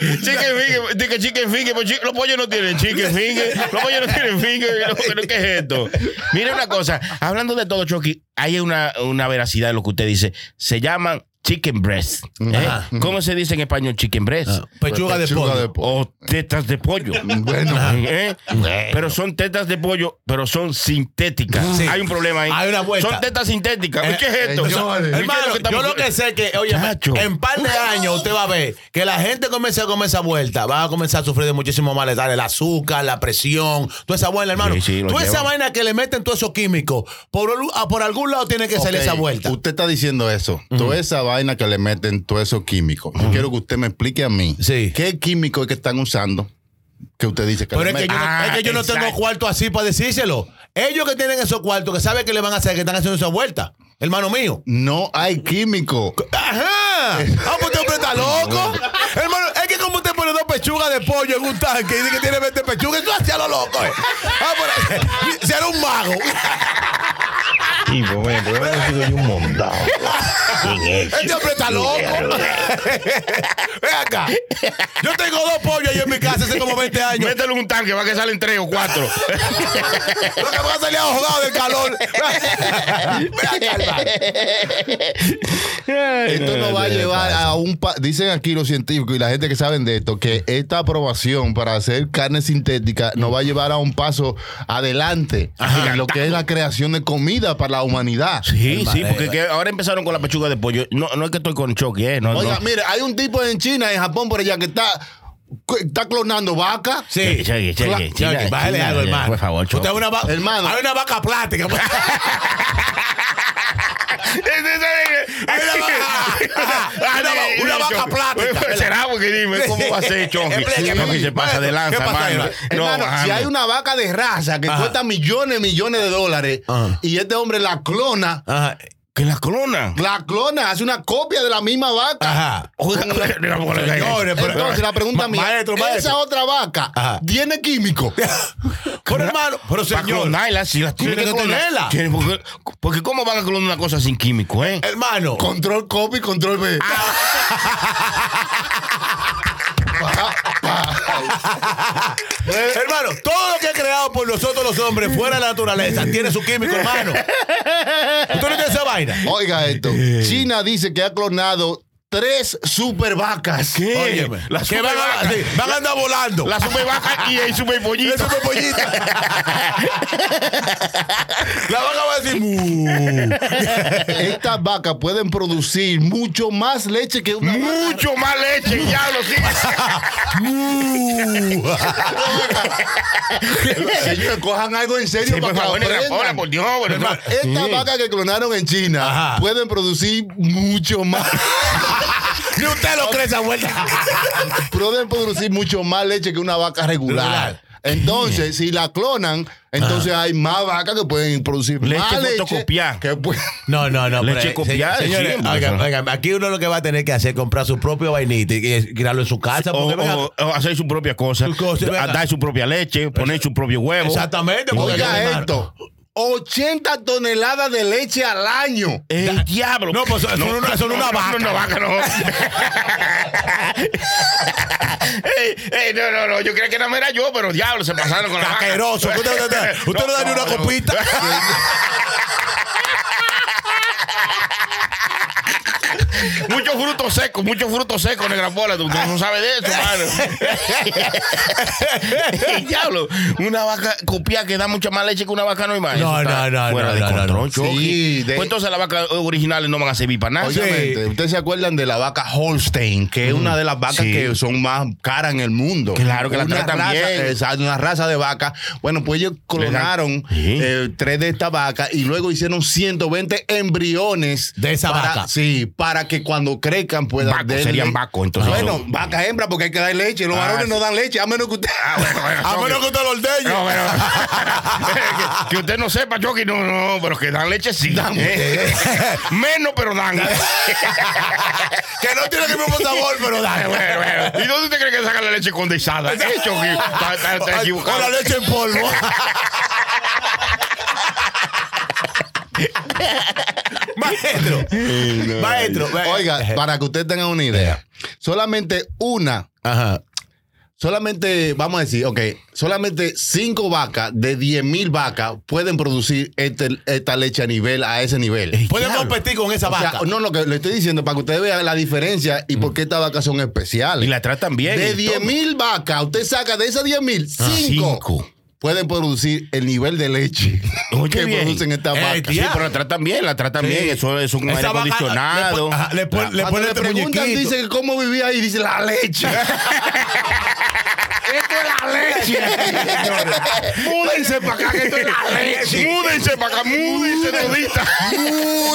E: Chicken finger, dije chicken finger, pero pues, chi- los pollos no
D: <laughs>
E: tienen chicken finger, los pollos no tienen <laughs> finger, los- pero ¿qué es esto? Mira una cosa, hablando de todo, Chucky, hay una, una veracidad en lo que usted dice, se llaman chicken breast. ¿eh?
D: Ajá. Ah.
E: ¿Cómo se dice en español chicken breast?
D: Pechuga de
A: Pechuga de
D: pollo.
A: pollo.
E: O tetas de pollo.
A: Bueno.
E: ¿Eh? Pero son tetas de pollo, pero son sintéticas.
D: Sí.
E: Hay un problema ahí.
D: Hay una vuelta.
E: Son tetas sintéticas.
D: Eh,
E: ¿Qué es esto?
A: eh, yo-
E: ¿Qué es
D: Hermano,
E: que
D: yo
E: estamos-
D: lo que sé es que, oye,
E: Chacho.
D: en par de años usted va a ver que la gente comienza a comer esa vuelta, va a comenzar a sufrir de muchísimos malestares, el azúcar, la presión, toda esa vaina, hermano.
E: Sí, sí, lo
D: toda esa
E: llevan.
D: vaina que le meten todos esos químicos, por, un lu- ah, por algún lado tiene que salir
A: Ok,
D: esa vuelta.
A: Usted está diciendo eso. Toda esa vaina que le meten todo eso químico. Yo quiero que usted me explique a mí
D: Sí.
A: qué químico es que están usando que usted dice que
D: Pero
A: le
D: es que yo,
A: meten?
D: no,
E: Ah,
D: es que yo no tengo
E: exacto.
D: cuarto así para decírselo. Ellos que tienen esos cuartos, que saben que le van a hacer, que están haciendo esa vuelta. Hermano mío.
A: No hay químico.
D: ¡Ajá! ¡Ah, pues usted hombre está loco! Hermano, es que como usted pone dos pechugas de pollo en un tanque y dice que tiene 20 pechugas, eso hacía lo loco, eh. Ah, pero, <laughs> si era un mago.
H: Tipo, mira, pero yo no soy un montado. Bien hecho.
D: <laughs> Este hombre está loco. <laughs> Ven acá. Yo tengo dos pollos ahí en mi casa hace como 20 años.
E: Mételo en un tanque, va que salen tres o cuatro.
D: Lo que me va a salir ahogado del calor. Ven acá, hermano.
A: Esto no va a llevar a un... pa- Dicen aquí los científicos y la gente que saben de esto que esta aprobación para hacer carne sintética nos va a llevar a un paso adelante en lo que es la creación de comida para la humanidad.
E: Sí, sí, porque que ahora empezaron con la pechuga de pollo. No, no es que estoy con choque, eh. No,
A: Oiga,
E: no.
A: mire, hay un tipo en China, en Japón, por allá, que está, está clonando vaca.
D: Sí.
E: Cheque, cheque, cheque,
D: Choque,
E: cheque,
D: bájale
E: cheque,
D: algo, hermano.
E: Por favor,
D: Usted
E: choque.
D: es una vaca.
A: Hermano.
D: Hay una vaca plástica. pues.
E: eh,
D: Hay una
E: <laughs>
D: vaca. ajá, Una, va- una vaca plástica.
E: Pues, Será porque dime cómo va a ser Chonky.
D: Explíqueme,
E: Chonky se pasa de
D: maestro,
E: lanza,
D: ¿qué pasa,
E: mano.
D: hermano?
E: No,
A: Hermano, si
E: bajando.
A: hay una vaca de raza que
D: Ajá.
A: cuesta millones, millones de dólares,
D: Ajá.
A: y este hombre la clona,
D: Ajá.
E: que la clonan.
A: la clona, hace una copia de la misma vaca.
D: Ajá.
E: <laughs>
D: Señores, Eh, pero-
A: Entonces la pregunta
D: Ma-
A: mía,
D: maestro, maestro.
A: esa otra vaca
D: Ajá.
A: tiene químico.
D: <laughs>
A: <laughs>
D: Pero hermano, pero
E: Para
D: señor.
E: clonarla, si la tienen
D: Tiene
E: que
D: que tenerla.
E: clonar. Tienen- Porque, porque cómo van a clonar una cosa sin químico, ¿eh?
D: Hermano.
A: Control copy, control B.
D: eh, Hermano, todo lo que es creado por nosotros los hombres fuera de la naturaleza tiene su químico, hermano. ¿Usted no tiene esa vaina?
A: Oiga esto,
D: Eh.
A: China dice que ha clonado tres super vacas.
D: Óyeme,
E: la
D: que van a,
E: supervaca.
D: sí, van a andar volando.
E: La super vaca y el super pollito.
D: El superpollito. la vaca va a decir. "Mu".
A: Estas vacas pueden producir mucho más leche que una vaca.
E: Mucho más leche, diablo, sí.
A: Señores, cojan algo en serio
E: Sí,
A: para
E: por
A: que
E: favor,
A: aprendan.
E: ahora, por Dios, por Dios.
A: Estas vacas que clonaron en China
D: Ajá.
A: pueden producir mucho más.
D: Ni usted lo cree esa vuelta.
A: pueden producir mucho más leche que una vaca regular.
D: Regular.
A: Entonces, si la clonan, entonces hay más vacas que pueden producir
E: Leche
A: más leche.
E: fotocopiada.
A: que pu-
D: No, no, no.
E: Leche
D: pero, eh,
E: copiada,
D: se- Señores,
E: siempre,
D: oigan,
E: eso.
D: oigan, aquí uno lo que va a tener que hacer es comprar su propio vainita y y crearlo en su casa.
E: O,
D: porque, venga,
E: o- o hacer su propia cosa,
D: Su cosa,
E: a-
D: venga.
E: dar su propia leche, poner su propio huevo. eh,
D: exactamente. porque-
A: Oiga
D: hermano.
A: esto. 80 toneladas de leche al año.
E: El diablo.
D: No, pues son una- son una vaca.
E: No, no, vaca, no.
D: <laughs>
E: Ey, ey, no, no, no. Yo creía que no era yo, pero diablo, se pasaron con la vaca.
D: Caqueroso. Usted,
E: <laughs>
D: usted- usted no da ni una copita.
E: Muchos frutos secos, muchos frutos secos, negra bola. Tú, tú no sabes de
A: <laughs>
E: eso, <laughs> mano. Ey, diablo, una vaca copiada que da mucha más leche que una vaca normal.
D: No,
E: Eso está
D: no, no,
E: Fuera
D: no,
E: de
D: no, no,
E: control,
D: no.
E: Chucky.
A: Sí, de-
E: Pues entonces las vacas originales no van a servir para nada.
A: Obviamente, ustedes se acuerdan de la vaca Holstein, que es una de las vacas
E: Mm. Sí.
A: que son más caras en el mundo.
E: Claro, que la
A: Una
E: tratan
A: raza,
E: bien.
A: esa- una raza de vaca. Bueno, pues ellos clonaron
E: Sí.
A: eh, tres de estas vacas y luego hicieron 120 embriones.
D: De esa
A: para-
D: vaca.
A: Sí, para que cuando crezcan puedan.
E: Vacos,
A: darle-
E: serían vacos, entonces.
A: Bueno,
E: Son-
A: vaca hembra, porque hay que dar leche. Los
E: Ah,
A: varones
E: sí. Ah,
A: no dan leche, a menos que usted. <laughs>
D: A menos que usted lo ordeñe.
E: No, pero, <laughs> que, que usted no sepa, Chucky, no, no, pero que dan leche sí. ¿eh? <laughs> Menos, pero dan.
D: que no tiene el mismo sabor, pero
E: Ay,
D: dale.
E: <laughs> <laughs> bueno, bueno. ¿Y dónde usted cree que sacan la
D: <laughs>
E: leche condensada? ¿Eh, Chucky? Está, está- está
D: Ay,
E: equivocado.
D: Con la leche en polvo. <laughs> maestro, maestro,
E: Eh,
D: ve- eh,
A: Oiga, para que ustedes tengan una idea, solamente una
D: Ajá.
A: Solamente, vamos a decir, ok, solamente 5 vacas de 10 mil vacas pueden producir este- esta leche a nivel, a ese nivel.
D: Pueden
A: Diablo.
D: competir con esa
A: O sea,
D: vaca.
A: no, lo que le estoy diciendo para que ustedes vean la diferencia y por qué estas vacas son especiales.
E: Mm. Y la tratan bien.
A: de
E: y
A: 10
E: todo.
A: mil vacas, usted saca de esas 10 mil, 5
E: Ah, cinco.
A: pueden producir el nivel de leche
E: Oye,
A: que
E: bien.
A: producen estas
D: Eh,
A: vacas.
E: Sí,
D: Ya.
E: pero la tratan bien, la tratan bien. Eso es un
D: Esa
E: aire
D: vaca,
E: acondicionado.
D: le pon- ajá, Le, pon- le
A: Cuando
D: ponen
A: le
D: este
A: preguntan,
D: muñequito.
A: <laughs> dice que cómo vivía ahí, dice la leche.
F: Este
E: es la leche.
D: <laughs>
E: señores. Múdense para acá, que esto <laughs> es la leche. Múdense para acá, múdense <laughs> todita.
A: Uh,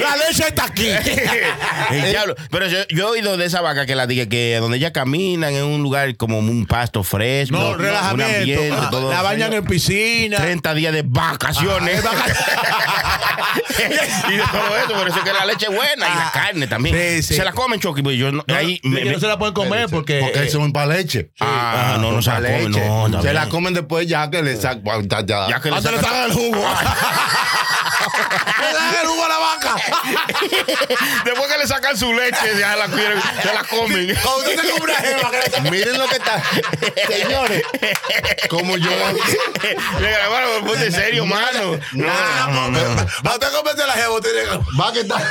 D: La leche está
E: <laughs>
D: aquí.
E: El diablo. Pero yo, yo he oído de esa vaca que la dije que donde ella caminan en un lugar como un pasto fresco.
D: No,
E: un
D: relajamiento.
E: ambiente,
D: Ah,
E: todo.
D: la bañan en piscina.
E: 30 días de vacaciones.
D: Ah,
E: <laughs> y de todo eso, por eso es que la leche es buena y la carne también.
D: Sí, sí.
E: Se la comen, Chucky, pero yo no-
D: No,
E: ahí
D: sí,
E: me-
D: que no
E: me-
D: se la pueden comer porque.
A: Porque
D: eh,
A: eso es para leche.
E: Ah, no, no se la
A: Para
E: comen.
A: leche.
E: No,
A: se
E: también.
A: la comen después ya Ah, que le sacan.
E: Ya que le
D: hasta le
E: sacan-
D: sacan el <laughs> jugo. Le sacan el jugo a la vaca.
E: Después que le sacan su leche, ya la, quieren- se la comen.
D: Cuando usted se come una jeva, que le sacan-
A: Miren lo que está. <laughs> Señores, como <laughs> yo.
E: Le grabaron,
D: <laughs>
E: ponte serio, mano.
A: Nah,
E: No, no, no.
D: Cuando usted comerse la jeva, usted llega-
A: Va que está.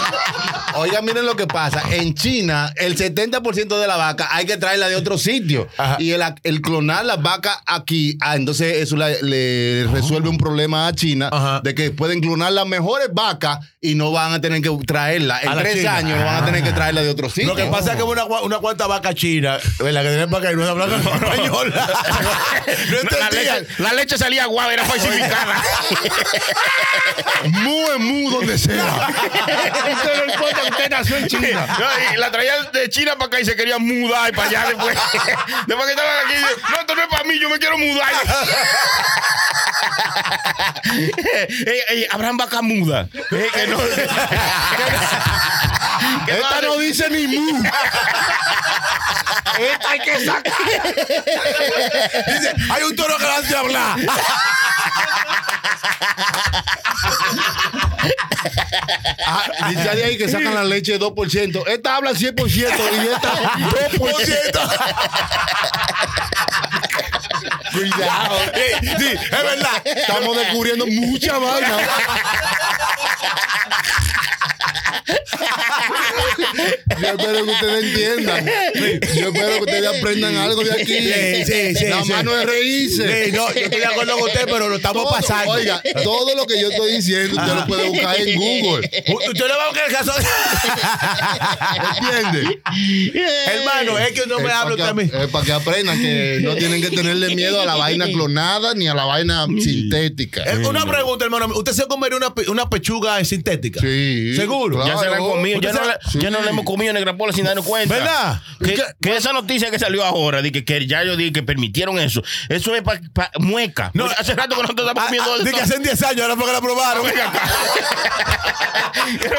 A: <laughs> Oiga, miren lo que pasa. En China, el 70% de la vaca hay que traerla de otro sitio.
D: Ajá.
A: Y el, el clonar las vacas aquí, ah, entonces eso la- le resuelve un problema a China
D: Ajá.
A: de que pueden clonar las mejores vacas y no van a tener que traerla. En
D: A la
A: tres
D: China.
A: años no van a tener que traerla de otro sitio.
D: Lo que pasa es que una, gua- una cuarta vaca china, la que tienen para acá y no hablan <laughs> española. No
E: La
D: entendían.
E: leche, la leche salía guava, era falsificada.
A: Mu es mu donde sea. Usted no importa que usted nació en China.
E: No, y la traía de China para acá y se quería mudar y para
A: <laughs>
E: allá después. Después que estaban aquí, dice, no, esto no es para mí, yo me quiero
A: <laughs>
E: mudar. Ey, ey, Habrán vacas mudas. Ey, Eh,
A: <laughs>
E: que no. <laughs> que
A: Esta
E: no-
A: no dice ni mu.
D: Dice, hay un toro que no hace hablar.
A: Ah, dice de ahí que sacan la leche 2%. Esta habla 100% y esta
D: <laughs>
A: 2%. Cuidado.
D: Sí, sí, es verdad.
A: Estamos descubriendo mucha vaina. Yo espero que ustedes entiendan. Yo espero que ustedes aprendan algo de aquí.
D: Sí, sí, sí,
A: La
D: sí.
A: mano es reírse.
D: Sí, no, yo estoy de acuerdo con usted, pero lo estamos
A: Todo,
D: pasando.
A: Oiga, todo lo que yo estoy diciendo, usted lo puede buscar en Google.
D: Usted le va a buscar el <laughs> caso.
A: ¿Entiendes?
D: Hermano, es que no me
A: Es
D: hablo
A: para
D: usted a
A: que-
D: mí.
A: Es para que aprendan que no tienen que tenerle miedo a la vaina clonada ni a la vaina sintética.
D: Eh, Una pregunta, hermano. ¿Usted se comería una, pe- una pechuga sintética?
A: Sí,
D: ¿Seguro?
A: claro.
E: Ya se la han comido. Ya no, la, ya no la hemos comido Negra Pola sin darnos cuenta.
D: ¿Verdad?
E: Que, que esa noticia que salió ahora, de que, que ya yo dije que permitieron eso. Eso es para mueca.
D: No.
E: No, hace rato que nosotros
D: Ah,
E: estamos comiendo
D: ah,
E: eso.
D: de que
E: <laughs>
D: hace 10 años, ahora porque la probaron.
E: Pero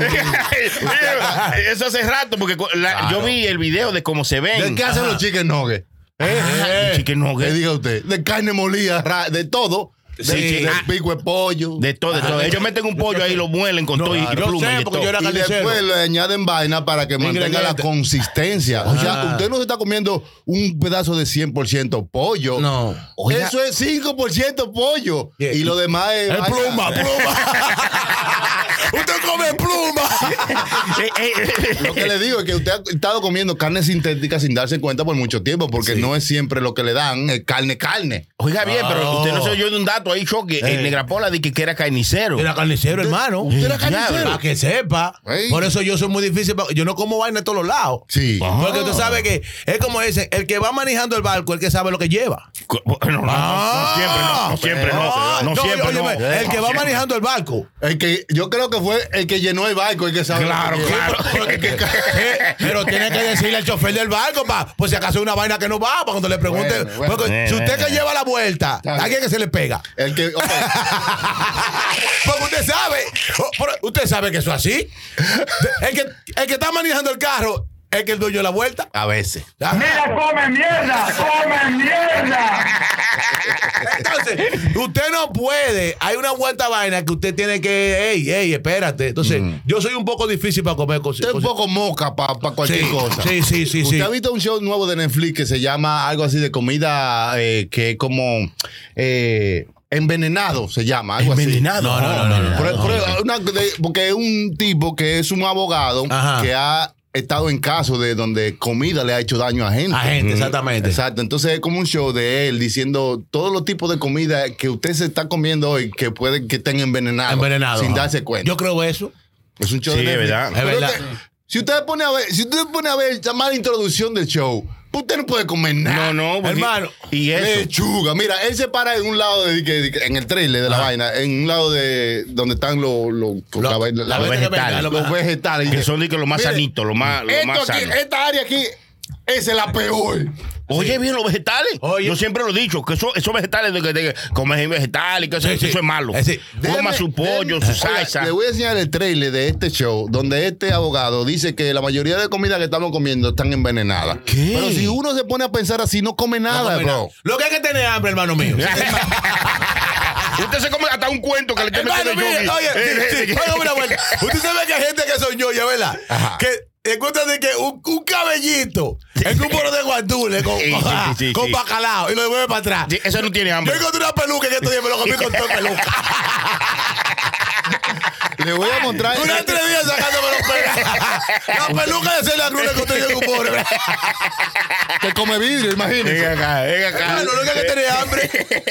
D: <laughs>
E: claro, eso hace rato, porque co- la- yo vi el video de cómo se ven.
A: ¿De qué hacen los chicken nuggets?
D: Eh,
E: Ajá, chicken
A: ¿Qué
E: nuggets.
A: diga usted? De carne molida, ra- de todo. De,
E: Sí, sí.
A: de
E: Ah.
A: pico de pollo.
E: De todo, de todo. Ellos meten un pollo ahí, lo muelen con todo y, y
D: Ah, yo
E: pluma
D: sé,
E: y de
D: porque
E: todo.
D: yo era
A: y
D: carnicero.
A: después le añaden vaina para que mantenga la
D: Ingredientes.
A: consistencia. O sea, usted no se está comiendo un pedazo de 100% pollo.
D: No. Oiga.
A: Eso es 5% pollo.
D: Yeah.
A: Y lo demás es.
D: Es
A: vaina. <laughs>
D: pluma, pluma. Usted come pluma.
E: <laughs> Eh, eh, eh.
A: Lo que le digo es que usted ha estado comiendo carne sintética sin darse cuenta por mucho tiempo, porque no es siempre lo que le dan, es carne, carne.
E: Oiga bien, pero
D: No.
E: usted no se oyó de un dato ahí, Choque. El Negra Pola dije que Eh. era carnicero.
D: Era carnicero, hermano.
A: usted era carnicero.
D: Para que sepa.
A: Ey.
D: Por eso yo soy muy difícil. pa- Yo no como vaina de todos los lados.
A: Sí.
D: Porque usted sabe que es como dicen, el que va manejando el barco, el que sabe lo que lleva.
E: Co- No, no, no, no, siempre, no,
D: Ah,
E: no, no siempre, no, no,
D: óyeme,
E: siempre, no.
D: El que
E: No,
D: va
E: siempre.
D: manejando el barco.
A: El que, yo creo que fue el que llenó el barco, el que sabe.
E: Claro,
A: lo que lleva.
D: <laughs>
E: claro.
D: Eh, Pero tiene que decirle al chofer del barco, pa, por si acaso es una vaina que no va, para cuando le pregunte.
A: Bueno, bueno.
D: porque si usted que lleva la vuelta,
A: bien.
D: alguien que se le pega.
A: El que. ok.
D: <laughs> Porque usted sabe, oh, pero usted sabe que eso es así. El que, el que está manejando el carro es que el dueño de la vuelta.
A: A veces.
C: ¡Mira, come mierda! ¡Come mierda!
D: Entonces, usted no puede. Hay una vuelta vaina que usted tiene que. Ey, ey, espérate. Entonces, yo soy un poco difícil para comer cosas.
A: Mm. Usted es un
D: cosas-
A: poco moca para cualquier
D: Sí,
A: cosa.
D: sí, sí, sí,
A: ¿Usted
D: sí.
A: ha visto un show nuevo de Netflix que se llama algo así de comida eh, que es como eh, envenenado se llama? Algo
D: Envenenado. No,
A: Así.
D: no, no, no, no,
A: Por- por- una de- porque es un tipo que es un abogado
D: Ajá.
A: que ha estado en casos de donde comida le ha hecho daño a gente.
D: A gente, exactamente.
A: Exacto. Entonces es como un show de él diciendo todos los tipos de comida que usted se está comiendo hoy que pueden que estén envenenados.
D: Envenenado.
A: Sin darse cuenta.
D: Yo creo eso.
A: es un show
E: Sí,
A: de
E: es
A: Netflix.
E: verdad.
D: Es
A: Pero
D: verdad.
A: que- Si usted pone a ver, si usted pone a ver la mala introducción del show, pues usted no puede comer nada.
E: <laughs> No, no, porque-
A: hermano.
E: y eso.
A: Lechuga. Mira, él se para en un lado de, que- que- en el trailer de la vaina, en un lado de donde están los los
D: Lo-
A: la vaina-
D: la
A: la-
D: vaina que
E: vegetal.
D: venga, lo
A: los
D: que-
A: vegetales. Y
E: Que
A: dice,
E: son de que lo más
A: mire,
E: sanito, lo más, lo
A: esto
E: más
A: aquí,
E: sano.
A: esta área aquí, esa es la peor.
E: Oye, bien los vegetales.
D: Oye.
E: Yo siempre lo he dicho, que eso- esos vegetales de que, de que comes vegetales, que eso,
D: Sí, sí.
E: eso es malo.
D: Es decir,
E: Coma
A: Déjeme-
E: su pollo,
A: déjeme-
E: su
A: Oiga,
E: salsa.
A: Le voy a enseñar el trailer de este show donde este abogado dice que la mayoría de comida que estamos comiendo están envenenadas.
E: ¿Qué?
A: Pero si uno se pone a pensar así, no come
D: No
A: nada,
D: come nada.
A: bro.
D: Lo que hay que tener hambre,
A: <laughs>
D: hermano mío.
E: Usted se come hasta un cuento que le estoy
D: Hermano,
E: metiendo
D: mire,
E: yo.
D: oye,
E: <laughs> eh,
D: sí, sí, póngame una vuelta. Usted sabe que hay gente que son ñoña, ¿verdad?
A: Ajá.
D: Que encuentran de que un, un cabellito en un poro de guandules con,
E: Sí, sí, sí, sí,
D: con
E: sí.
D: bacalao y lo devuelve para atrás.
E: Sí, Eso no tiene
D: Yo
E: hambre.
D: encontré una peluca en estos días y me lo comí con todo
E: <laughs>
D: peluca.
A: Le voy a mostrar.
D: Una entrevista sacándome los
E: <laughs>
D: pelos. La peluca de Celia Cruz la encontré yo en un poro.
A: que come vidrio, imagínese.
E: Venga acá, venga acá.
D: Hermano, lo que hay que tener es
E: <laughs>
D: hambre. <laughs>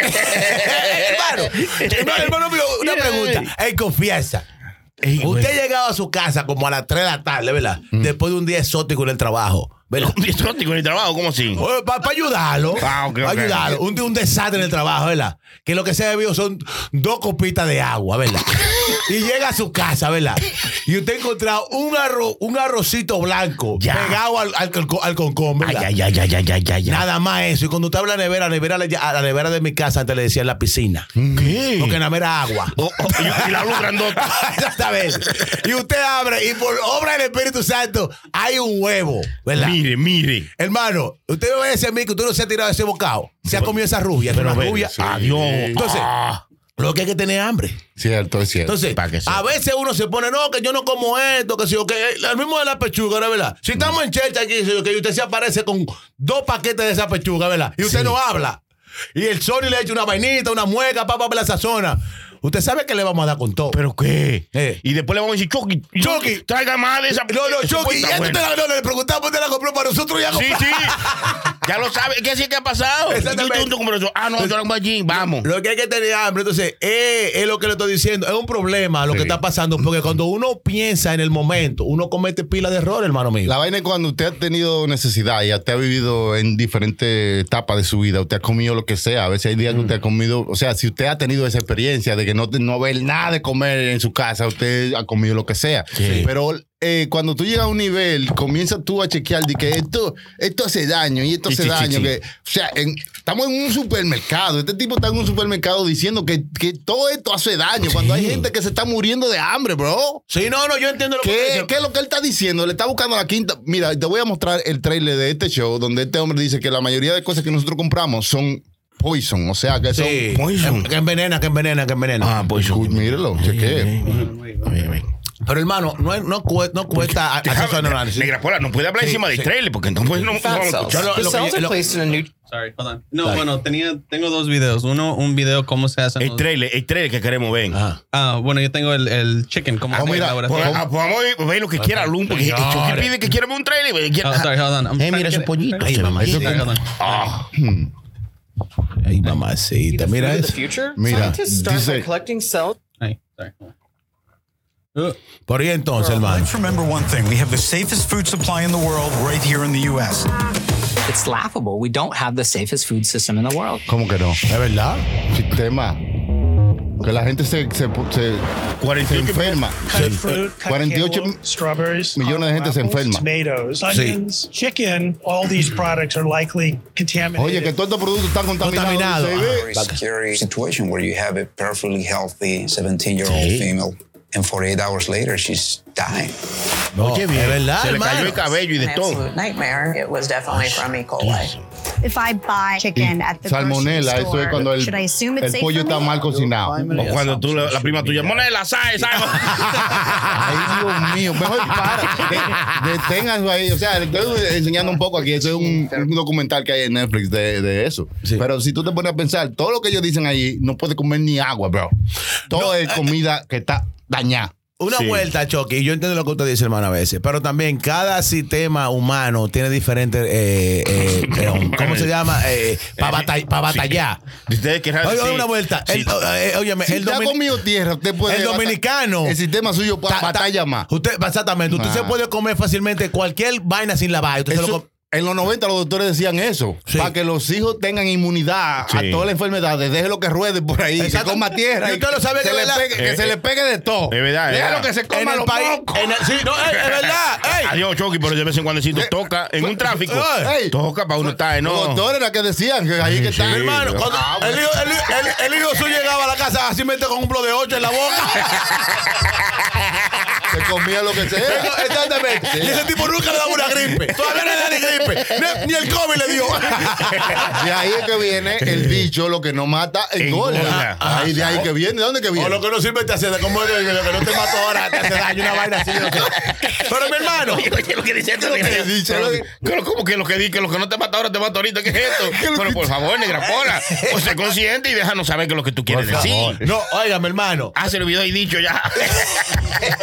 D: hermano, hermano, hermano mío, una pregunta. En confianza.
E: Ey,
D: Usted
E: <laughs>
D: ha llegado a su casa como a las 3 de la tarde, ¿verdad?
E: Mm.
D: Después de un día exótico en el trabajo,
E: <laughs>
D: ¿verdad?
E: Un diestrótico en el trabajo, ¿cómo así?
D: Para ayudarlo.
E: Ah, ok,
D: pa'
E: ok.
D: ayudarlo. Un, un desastre en el trabajo, ¿verdad? Que lo que se ha bebido son dos copitas de agua,
E: <laughs>
D: ¿verdad? y llega a su casa, ¿verdad? Y usted ha encontrado un, arroz, un arrocito blanco
E: Ya.
D: pegado al, al, conco- al concón,
E: Ay,
D: ¿verdad?
E: ay, ay, ay, ay, ay, ay, ay.
D: Nada más eso. Y cuando usted habla de nevera, la nevera, le- a la nevera de mi casa antes le decían la piscina.
E: Mm. ¿Qué?
D: Porque nada más era agua.
E: Oh, oh, y, y la luz grandota.
D: <laughs> Exactamente. Y usted abre y por obra del Espíritu Santo hay un huevo, ¿verdad?
E: Mire, mire.
D: Hermano, usted me va a decir a mí que usted no se ha tirado ese bocado. Se ha comido esa rubia, pero
E: ve,
D: rubia.
E: sí. Adiós.
D: Entonces,
E: Ah.
D: lo que hay que tener es hambre.
A: Cierto, es cierto.
D: Entonces,
E: Pa' que sepa.
D: a veces uno se pone, no, que yo no como esto, que si yo, que el mismo de la pechuga, ¿no? ¿verdad? Si estamos en church aquí, si yo, que usted se aparece con dos paquetes de esa pechuga, ¿verdad? Y usted no habla. Y el Sony le echa una vainita, una mueca, papá, para la sazona. Usted sabe que le vamos a dar con todo.
E: ¿Pero qué?
D: Eh.
E: Y después le vamos a decir, Chucky,
D: Chucky.
E: traiga más de esa.
D: no, no,
E: esa
D: Chucky,
E: puerta
D: ya
E: buena".
D: te la, no, le preguntamos, usted la compró para nosotros ya
E: Sí,
D: compramos.
E: sí. <laughs> ya lo sabe. ¿Qué sí que ha pasado?
D: Exactamente.
E: Y tú, tú, como eso, Ah, no, yo la voy allí. Vamos.
D: Lo que hay que tener hambre, entonces, eh, es lo que le estoy diciendo, es un problema lo que está pasando, porque cuando uno piensa en el momento, uno comete pila de errores, hermano mío.
A: La vaina es cuando usted ha tenido necesidad y usted ha vivido en diferentes etapas de su vida, usted ha comido lo que sea, a veces hay días que usted ha comido, o sea, si usted ha tenido esa experiencia de que no, te- no haber nada de comer en su casa, usted ha comido lo que sea. Pero eh, cuando tú llegas a un nivel, comienzas tú a chequear de que esto, esto hace daño y esto
E: Sí,
A: hace
E: sí, sí,
A: daño.
E: sí.
A: que- o sea, en- estamos en un supermercado, este tipo está en un supermercado diciendo que, que todo esto hace daño, cuando hay gente que se está muriendo de hambre, bro.
D: Sí, no, no, yo entiendo lo que usted
A: ¿Qué,
D: dice.
A: qué es lo que él está diciendo? Le está buscando la quinta. Mira, te voy a mostrar el trailer de este show donde este hombre dice que la mayoría de cosas que nosotros compramos son poison. O sea, que son.
D: Sí.
E: Poison.
D: Que envenena, que envenena, que envenena.
E: Ah, pues
A: Uy, mírelo, chequee.
D: Pero hermano, no, es- no, cue- no <laughs> cuesta a- hacer su análisis.
E: Negra Pola, no puede hablar encima del trailer porque entonces no, no vamos a escuchar.
D: Yo lo- lo que- lo-
F: Sorry, hold on. No, bueno, tenía, tengo dos videos. Uno, un video cómo se
A: Eh,
F: hacen
E: El
F: los-
E: trailer, el trailer que queremos ver.
D: Ajá.
F: Ah, bueno, yo tengo el, el chicken. ¿Cómo
A: Ah,
F: se
A: mira,
F: elabora?
E: Por- ah, pues vamos a ver- ver lo que quiera Lum, porque el Chucky pide que quiera ver un trailer. pues, quiere-
F: Oh, sorry, hold on. I'm
E: Eh,
F: trying to
E: mira ese
F: get it.
E: pollito.
F: Sorry,
E: se mamá.
F: hold on.
D: Ay, mamacita, mira eso.
A: Mira, dice.
F: Ahí, sorry, hold on.
A: Eh,
D: Por ahí entonces, hermano.
I: Let's remember one thing. We have the safest food supply in the world right here in the U.S.
J: It's laughable. We don't have the safest food system in the world.
A: ¿Cómo que no?
D: ¿Es verdad?
A: Sistema. Que la gente se, se, se- se
E: 48
A: enferma.
K: Cut fruit, cut
A: 48
K: cantaloupe, strawberries,
A: millones de gente se
K: apples,
A: enferma.
K: tomatoes, onions, chicken. All these products are likely contaminated.
A: Oye, que todos estos productos están contaminados.
D: Contaminado. Ah,
A: dice, ve.
J: Very scary situation where you have a perfectly healthy 17 year old female, and 48 hours later, she's dying.
D: No, Es verdad,
E: Se le
D: hermano.
E: cayó el cabello y de todo.
J: nightmare. It was definitely from E. coli.
L: If I buy chicken at the
A: Salmonela,
L: grocery
A: eso es
L: store,
A: cuando el,
L: should I assume it's
A: el
L: safe
A: pollo
L: for me?
A: está mal cocinado.
E: O cuando tú, la, la prima tuya, Monela, ¿sabes? <laughs>
A: Ay, Dios mío, mejor para. De- Detengan eso ahí. O sea, le estoy enseñando un poco aquí. Eso es un, un documental que hay en Netflix de, de eso.
D: Sí.
A: Pero si tú te pones a pensar,
D: eh,
A: todo lo que ellos dicen ahí, no puedes comer ni agua, bro. Todo es comida que está dañada.
D: Una
E: Sí.
D: vuelta, Chucky, y yo entiendo lo que usted dice, hermano, a veces, pero también cada sistema humano tiene diferentes, eh, eh,
E: <laughs>
D: eh, ¿cómo se llama? para batallar.
E: Ustedes querrán
D: Oye,
E: decir-
D: una vuelta.
E: Sí.
D: El, eh, eh, óyeme,
A: Si
D: el
A: usted ha
D: domin-
A: comido tierra, usted puede.
D: el
A: bata-
D: dominicano.
A: El sistema suyo pa-
D: Ta- ta-
A: batalla más.
D: Usted, exactamente. Usted
A: Ah.
D: se puede comer fácilmente cualquier vaina sin lavar. Usted se lo
A: Eso-
D: come-
A: en los 90 los doctores decían eso. Para que los hijos tengan inmunidad
E: Sí.
A: a todas las enfermedades. Déjelo que ruede por ahí. Que
D: Exacto.
A: coma tierra.
D: Y usted lo sabe
A: se
D: que
A: le
D: es verdad.
A: pegue- que
E: Eh,
A: se
E: eh.
A: le pegue de todo.
E: Es verdad, es
A: Déjalo
E: verdad.
A: que se coma los mocos.
D: en el- sí, no, eh, es verdad. Ey.
E: Adiós, Chucky, pero de vez en cuando si tú toca en un tráfico.
A: Ey.
E: Toca para uno estar,
A: Los
E: ¿no?
A: doctores era que decían que ahí que Ah,
E: Sí,
A: está.
D: Hermano,
E: pero-
D: cuando el, hijo, el, hijo- el- el hijo suyo llegaba a la casa así mete con un bloque de ocho en la boca.
A: <laughs> Se comía lo que sea.
D: Exactamente. Y ese tipo nunca le daba una gripe. Todavía no le da ni gripe. Ni, ni el COVID le dio.
A: De ahí es que viene el dicho, lo que no mata, engorda.
E: Engorda.
A: Ahí de ahí que viene. ¿De dónde que
D: <laughs> O lo
A: viene?
D: que no sirve te hace daño. Como lo que no te mato ahora te hace daño. Una vaina así. yo no sé. Pero mi hermano.
E: <laughs> Oye, lo que dice esto,
A: que
E: negra.
A: dice,
E: Pero-
A: lo que-
E: pero ¿Cómo que lo que dice? Que lo que no te mata ahora te mata ahorita. ¿Qué es esto? Pero por favor, negra pola, pues sé consciente y déjanos saber que es lo que tú quieres decir.
D: No, oiga, mi hermano.
E: Ah, se lo olvidó y dicho ya.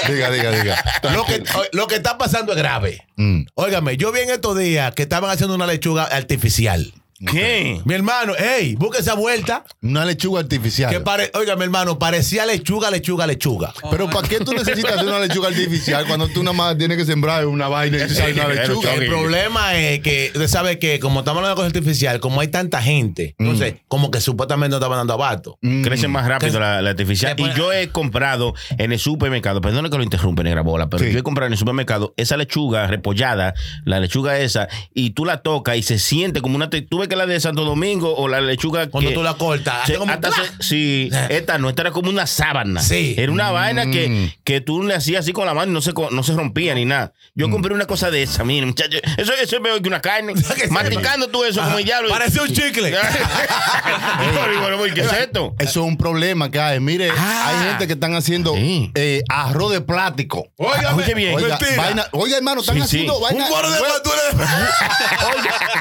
A: Diga, diga, diga.
D: <laughs> Lo que, o- lo que está pasando es grave.
A: Mm.
D: Óigame, yo vi en estos días que estaban haciendo una lechuga artificial.
E: <laughs> ¿Qué?
D: Mi hermano, hey, busca esa vuelta.
A: Una lechuga
D: Que
A: artificial.
D: pare, oiga, mi hermano, parecía lechuga, lechuga, lechuga.
A: Pero ¿para qué tú necesitas una lechuga artificial cuando tú nada más tienes que sembrar una vaina y sale una
E: Sí, claro,
A: lechuga?
E: Chucky.
D: El problema es que, usted sabe que, como estamos hablando de cosas artificiales, como hay tanta gente,
E: Mm.
D: entonces, como que supuestamente no estaban dando abasto.
E: Crece más rápido la, la artificial.
D: Te
E: Y
D: pone-
E: yo he comprado en el supermercado, perdona que lo interrumpe, negra bola, pero
A: Sí.
E: yo he comprado en el supermercado esa lechuga repollada, la lechuga esa, y tú la tocas y se siente como una. te- Tú ves que la de Santo Domingo o la lechuga.
D: Cuando
E: que-
D: tú la cortas,
E: Sí,
D: hace como
E: hasta
D: ¡plá! <laughs>
E: se- sí, esta no, esta era como una sábana.
D: Sí.
E: Era una vaina que, que tú le hacías así con la mano y no se, co- no se rompía ni nada. Yo compré una cosa de esa, mire, muchacho. Eso, eso es peor que una
D: <laughs>
E: carne.
D: Que
E: Masticando tú eso como el diablo.
D: Parecía un chicle.
E: <laughs> Yo digo, bueno, ¿qué es esto?
A: Eso es un problema que hay. Mire,
E: Ah.
A: hay gente que están haciendo
E: Sí.
A: eh, arroz de plástico.
D: Oiga,
E: Oye, bien.
A: Oiga,
D: mentira.
A: vaina- oiga, hermano, están
E: Sí, sí.
A: haciendo vaina.
D: un guaro de
A: Bueno,
D: verdura de-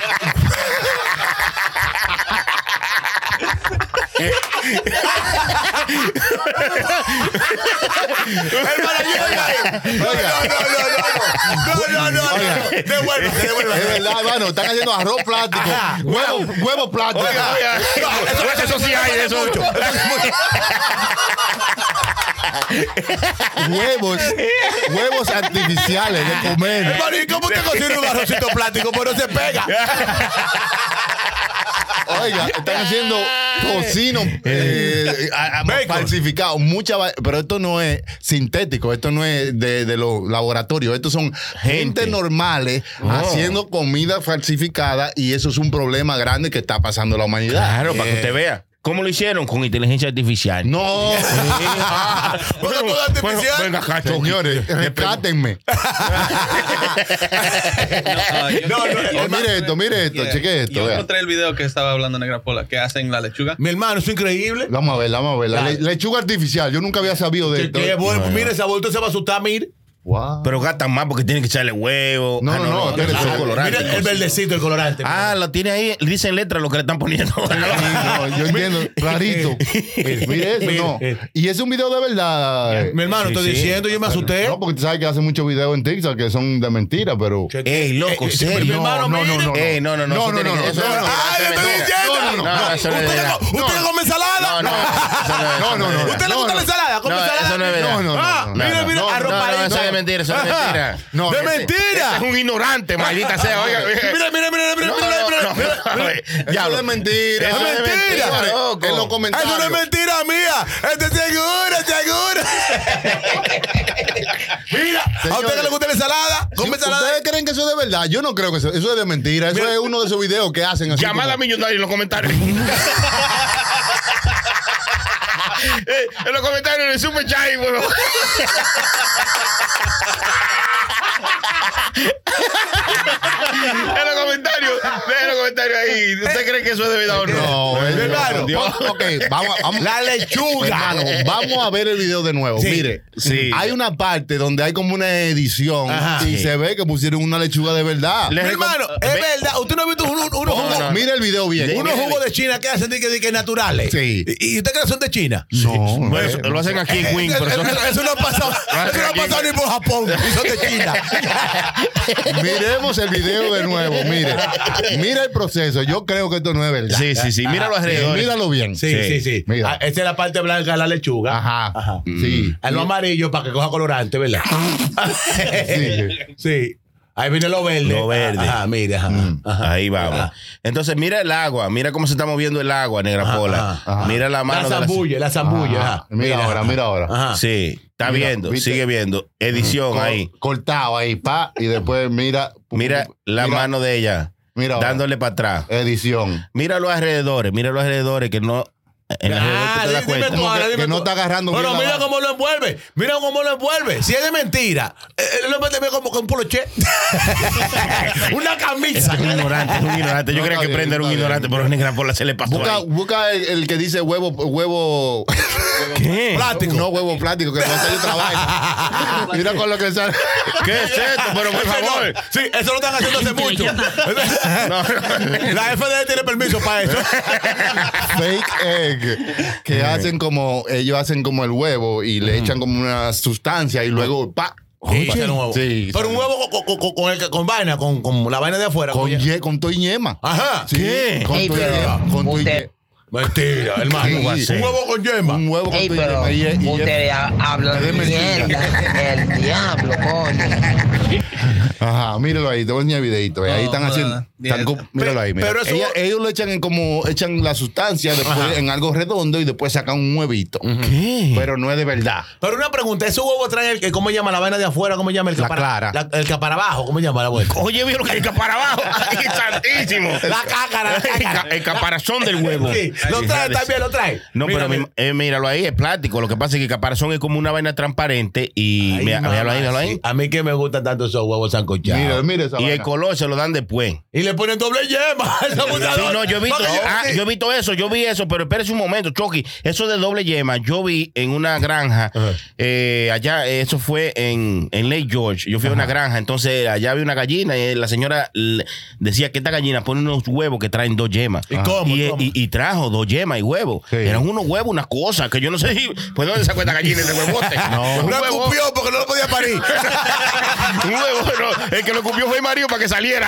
D: Hermano, yo- oiga, oiga, No, no, no, no. No, no, no, no. Devuélvete, devuélvete.
A: Es verdad, hermano, están haciendo arroz plástico.
D: Ajá.
A: Huevo, huevo plástico.
E: Oiga, oiga. Eso, eso, sí hay, eso.
A: Huevos, huevos artificiales de comer.
D: Hermano, ¿y cómo te cocina un arrocito plástico? Pues no se pega.
E: <laughs>
A: Oiga, están haciendo tocino eh, a- a-
D: Bacon.
A: falsificado. Mucha, va- pero esto no es sintético, esto no es de, de los laboratorios. Estos son gente,
E: Gente.
A: normales
D: Oh.
A: haciendo comida falsificada y eso es un problema grande que está pasando la humanidad.
E: Claro, para que usted vea. ¿Cómo lo hicieron? Con inteligencia artificial.
A: No,
D: Porque todo es artificial.
E: venga acá, Chucky.
A: señores, retrátenme.
F: No, Uh, ah, yo-
D: No, no,
F: yo-
A: Oh, mire esto, mire esto,
F: Yeah.
A: cheque esto.
F: Yo
A: vea.
F: encontré el video que estaba hablando Negra Pola, que hacen la lechuga.
D: Mi hermano, es increíble.
A: Vamos a ver, vamos a ver. La
D: Dale.
A: le- lechuga artificial, yo nunca había sabido de
D: Que-
A: esto.
D: que es bueno. Mira, esa vuelta se va a asustar, mire.
E: Ah,
A: Wow.
E: Pero gastan más porque tienen que echarle huevo.
A: No, no, no, espérate,
E: eso es
A: no.
E: colorante.
D: Ah, Mira el verdecito, el colorante.
E: Ah, lo tiene ahí. Dice en letra lo que le están poniendo.
A: No, yo
D: <laughs>
A: entiendo, rarito.
D: Eh,
A: Eh, Mire eso, no. Y es un video de verdad.
D: Mi hermano, estoy diciendo, yo me asusté.
A: No, porque tú sabes que hace muchos videos en TikTok que son de mentira, pero.
E: Ey, loco,
D: Eh,
E: serio.
D: mi hermano,
A: no, no,
D: mire.
A: no, no.
E: Ey, no, no, no.
A: No,
E: eso
A: no,
E: tiene
A: no,
E: que-
A: no,
E: eso
A: no,
E: no,
A: no.
E: eso
D: ¡Ay, yo
E: no es
D: estoy
E: mentira.
D: diciendo!
E: No, no, eso no es
D: ¿Usted
E: verdad.
D: co- ¿Usted come ensalada?
E: No, no, eso
A: No, no,
D: <laughs>
E: no es- eso es
A: no.
D: ¿Usted le
A: no,
D: gusta
A: no.
D: la ensalada? ¿Come
E: No,
D: ensalada?
E: eso no es verdad.
A: No, no,
D: Ah,
A: no, no,
D: mira,
A: no,
D: mira,
A: no,
D: arroz
E: no, no,
D: palito.
E: eso es mentira, eso es
D: Ajá.
E: mentira.
A: No,
D: ¡De
A: ese-
E: Este
D: mentira!
E: es un ignorante, maldita sea. Oiga,
D: Mira, mira, mira, mira,
E: No,
D: mira,
E: no,
D: mira,
E: no,
D: mira.
E: no, eh,
A: Ya,
E: diablo.
A: es mentira.
E: Eso
D: es mentira.
A: Señores,
E: Loco.
A: En los comentarios.
D: Eso no es mentira mía. Esto es seguro, seguro. Mira, ¿a usted
A: Señores.
D: que le gusta la ensalada?
A: Si
D: Come ensalada.
A: ¿Ustedes creen que eso es de verdad? Yo no creo que eso, eso es de mentira. Eso
D: Mira.
A: es uno de esos videos que hacen así.
E: Llamada
A: como-
E: millonaria en los comentarios. <laughs> Eh, en los comentarios en el super chat, huevón. <laughs> en los comentarios Deja los comentarios ahí. ¿Usted cree que eso es debido o no?
A: No,
E: Hermano,
A: hermano. Ok, vamos, vamos. La lechuga. vamos a ver el video de nuevo.
E: Sí.
A: Mire,
E: Sí.
A: hay una parte donde hay como una edición
D: Ajá.
A: y
D: Sí.
A: se ve que pusieron una lechuga de verdad.
D: Mi hermano, es verdad. Usted no ha visto un- un- unos jugos.
A: Mira el video bien.
D: Unos jugos de China que hacen de que, de que naturales.
A: Sí.
D: ¿Y, y usted cree que son de China?
A: No,
E: Bueno, eso- lo hacen aquí en Queens, pero
D: Eso,
E: son-
D: eso no ha pasado, eso no ha pasado ni por Japón. Y son de China.
A: Miremos el video de nuevo. Mire, mira el proceso. Yo creo que esto no es verdad. Eh,
E: Sí, sí, sí. Míralo alrededor.
A: Míralo bien.
D: Sí, sí, sí.
A: Mira.
D: Ah, esa es la parte blanca de la lechuga.
A: Ajá. Mm.
D: Ajá.
A: Sí.
D: A lo amarillo para que coja colorante, ¿verdad? sí. Ahí viene lo verde.
E: Lo verde.
D: Ajá, mira. ajá. Ajá.
E: Ahí vamos. Entonces, mira el agua. Mira cómo se está moviendo el agua, negra pola.
D: ajá, ajá.
E: Mira la
D: La
E: mano de la-
D: zambulla, la
E: Mm.
D: zambulla.
A: Ajá.
D: ajá.
A: Mira, ahora, mira ahora.
D: Ajá.
E: Sí, está
A: Mira,
E: viendo,
A: ¿viste?
E: sigue viendo. Edición
A: Cor-
E: ahí.
A: Cortado ahí, pa. Y después mira. pu-
E: Mira la
A: mira-
E: mano de ella,
A: Mira ahora.
E: dándole para atrás.
A: Edición.
E: Mira los alrededores, mira los alrededores que no. En alrededor
D: Ah,
E: tú te das
D: dime
E: cuenta.
D: tú ahora,
A: que-
D: dime
A: que no
D: tú.
A: está agarrando
D: Bueno,
A: bien la
D: mira
A: mano.
D: cómo lo envuelve. Mira cómo lo envuelve. Si es de mentira, eh, él lo mete bien como con un poloché. <laughs> Una camisa.
E: Es un ignorante, es un ignorante. Yo
A: No,
E: creía
A: está
E: que
A: bien,
E: prender
A: está
E: un
A: bien.
E: ignorante, pero negra pola se le pasó.
A: Busca,
E: ahí.
A: busca el, el que dice huevo,
E: <laughs>
A: huevo.
E: ¿Qué?
D: Plástico.
A: No huevo plástico, que no sale otra
E: <laughs>
A: vaina. Mira con lo que sale.
E: ¿Qué es esto? Pero por
D: <laughs> Ese no.
E: favor.
D: Sí, eso lo están haciendo hace mucho. <laughs> La FDA tiene permiso
A: <laughs>
D: para eso.
A: Fake egg. Que hacen como, ellos hacen como el huevo y le echan como una sustancia y luego, pa.
D: Sí, era un huevo.
A: Sí,
D: Pero un
A: sí.
D: huevo con, con- con- con el- con vaina, con, con la vaina de afuera.
A: Con,
D: con-
A: ye- con todo y yema.
D: Ajá.
A: Sí, Con todo y yema. Con todo y ye-
D: Mentira, hermano.
A: Sí.
D: Un huevo con yema.
A: Un huevo con todo y yema. Y, ye- y ye-
M: hablan
A: Es de mentira.
M: El diablo, coño.
A: Ajá, míralo ahí, te voy a enseñar el videito. eh. Ahí
F: No,
A: están
F: no,
A: haciendo.
F: no.
A: están
F: Bien.
A: co- míralo ahí, mira.
D: pero eso-
A: Ella- ellos lo echan en como, echan la sustancia después en algo redondo y después sacan un huevito. Pero no es de verdad.
D: Pero una pregunta, ¿ese huevo trae el, ¿cómo llama la vaina de afuera? ¿Cómo llama el
A: La
D: capara-
A: clara.
D: la- el caparabajo, ¿cómo llama la vuelta?
E: Oye, vieron que hay para
D: <laughs>
E: abajo. Ay, santísimo.
D: La cácara, la
E: El,
D: cácara.
E: ca- el caparazón del huevo.
D: Sí, lo trae también, lo trae.
E: No, pero
D: Mírame.
E: mi- eh, míralo ahí, es plástico. Lo que pasa es que el caparazón es como una vaina transparente y
D: Ay,
E: mira,
D: mamá,
E: míralo ahí, míralo
D: sí.
E: ahí.
D: A mí que me gustan tanto esos huevos sancochados.
A: Mira, mira esa
E: Y el
A: vaina.
E: color se lo dan después.
D: Y le ponen doble yema. a <laughs> esa
E: Sí,
D: botadora.
E: no, yo he visto,
D: Porque-
E: ah, yo he visto eso, yo vi eso, pero espérese un momento, Chucky. Eso de doble yema, yo vi en una granja, eh, allá, eh, eso fue en, en Lake George. Yo fui a una granja, entonces allá vi una gallina y eh, la señora le- decía que esta gallina pone unos huevos que traen dos yemas.
D: ¿Y cómo,
E: Y, eh,
D: cómo?
E: y- y trajo dos yemas y huevos.
A: Sí.
E: Eran unos huevos, unas cosas que yo no sé si, pues dónde sacó esta gallina ese huevote.
A: No.
E: Un
D: La
E: huevo,
D: escupió porque no lo podía
E: <laughs>
D: parir.
E: un huevo, no. El que lo cupió fue Mario para que saliera.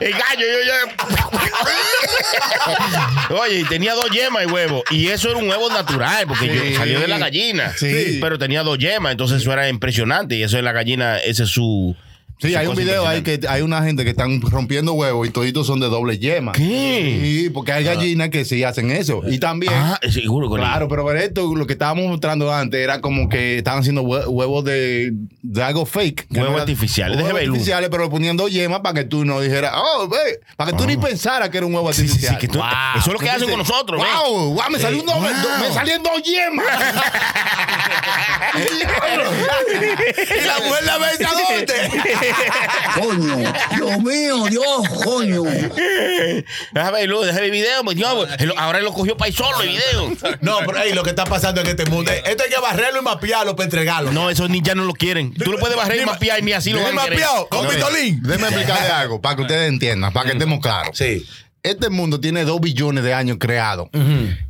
E: El gallo, yo ya. Oye, y tenía dos yemas y huevo. Y eso era un huevo natural, porque
A: Sí.
E: yo- salió de la gallina.
A: Sí.
E: Pero tenía dos yemas, entonces eso era impresionante. Y eso de la gallina, ese es su.
A: Sí,
E: su
A: hay un
E: cosa
A: video ahí
E: impresionante.
A: que hay una gente que están rompiendo huevos y toditos son de doble yema.
E: ¿Qué?
A: Sí, porque hay gallinas que sí hacen eso. Y también.
E: Ah, seguro que
A: Claro, pero ver esto, lo que estábamos mostrando antes era como que estaban haciendo hue- huevos de, de algo fake.
E: Huevos
A: Era-
E: artificiales,
A: Huevos
E: déjame ver uno.
A: artificiales, pero poniendo yema para que tú no dijeras, oh, ve", para que tú ni pensaras que era un huevo
E: Sí, sí,
A: artificial.
E: sí, que tú-
A: Wow.
E: Eso es lo que hacen con
A: Entonces,
E: nosotros. Eh, ¿ves?
A: Wow, wow, me salió un doble-
E: Wow.
A: do- me salieron dos
E: <laughs>
A: yemas. <laughs>
D: y la mujer la ve a
E: <laughs>
D: dónde.
M: Coño, Dios mío, Dios, coño.
E: Déjame ver, Luz, déjame ver video. pues, Dios, pues, él- ahora él lo cogió para ir solo el video.
D: No, pero ahí lo que está pasando en este mundo. eh, Esto hay que barrerlo y mapearlo para entregarlo.
E: No, esos ni ya no lo quieren. Tú lo puedes barrer y
D: Ni ma-
E: mapear, ni así lo
D: ni
E: van a querer.
D: mapeado, con
E: No,
D: pistolín.
A: Déjame explicarle algo para que ustedes entiendan, para que estemos claros.
D: Sí.
A: Este mundo tiene dos billones de años creados.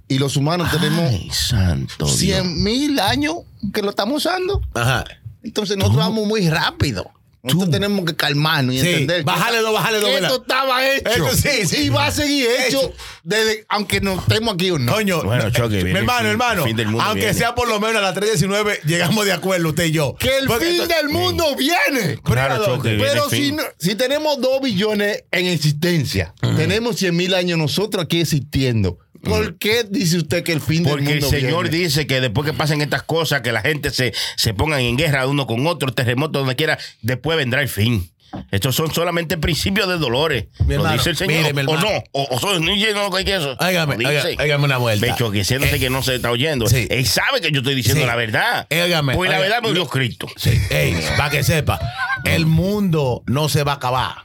A: Y los humanos
E: Ay,
A: tenemos
E: santo. Dios.
A: 100 mil años que lo estamos usando.
D: Ajá.
A: Entonces nosotros vamos muy rápido. Nosotros tenemos que calmarnos y
D: Sí,
A: entender. que
D: bájale dos, bájale dos,
A: que
D: ¿verdad?
A: Esto estaba hecho.
D: Esto sí, sí.
A: Y va a seguir hecho, desde, aunque no estemos aquí o no.
D: Coño,
E: Bueno, Chucky,
D: mi
E: viene el
D: hermano,
E: fin-
D: hermano,
E: el fin del mundo
D: aunque
E: viene.
D: sea por lo menos a las 3.19, llegamos de acuerdo usted y yo.
A: que el
D: Porque
A: fin
D: esto-
A: del mundo viene.
E: Claro,
D: Pero-
E: Chucky, viene
A: Pero
E: el
A: si,
E: fin.
A: no- si tenemos dos billones en existencia, tenemos 100 mil años nosotros aquí existiendo. ¿Por qué dice usted que el fin del
E: Porque el
A: mundo
E: Señor
A: viene?
E: dice que después que pasen estas cosas, que la gente se, se pongan en guerra uno con otro, terremoto, donde quiera, después vendrá el fin. Estos son solamente principios de dolores.
D: Mi
E: lo
D: hermano,
E: dice el Señor.
D: mire, mi
E: o
D: hermano.
E: no, o, o son ni no lo que es eso.
D: Óigame,
E: Lo dice.
D: óigame, óigame una vuelta.
E: Ve, Chucky, siéntate
D: Eh,
E: que no se está oyendo.
D: sí.
E: Él sabe que yo estoy diciendo
D: Sí.
E: la verdad.
D: Óigame,
E: Pues la
D: óigame.
E: verdad por Dios Cristo.
D: Sí, para que sepa, el mundo no se va a acabar.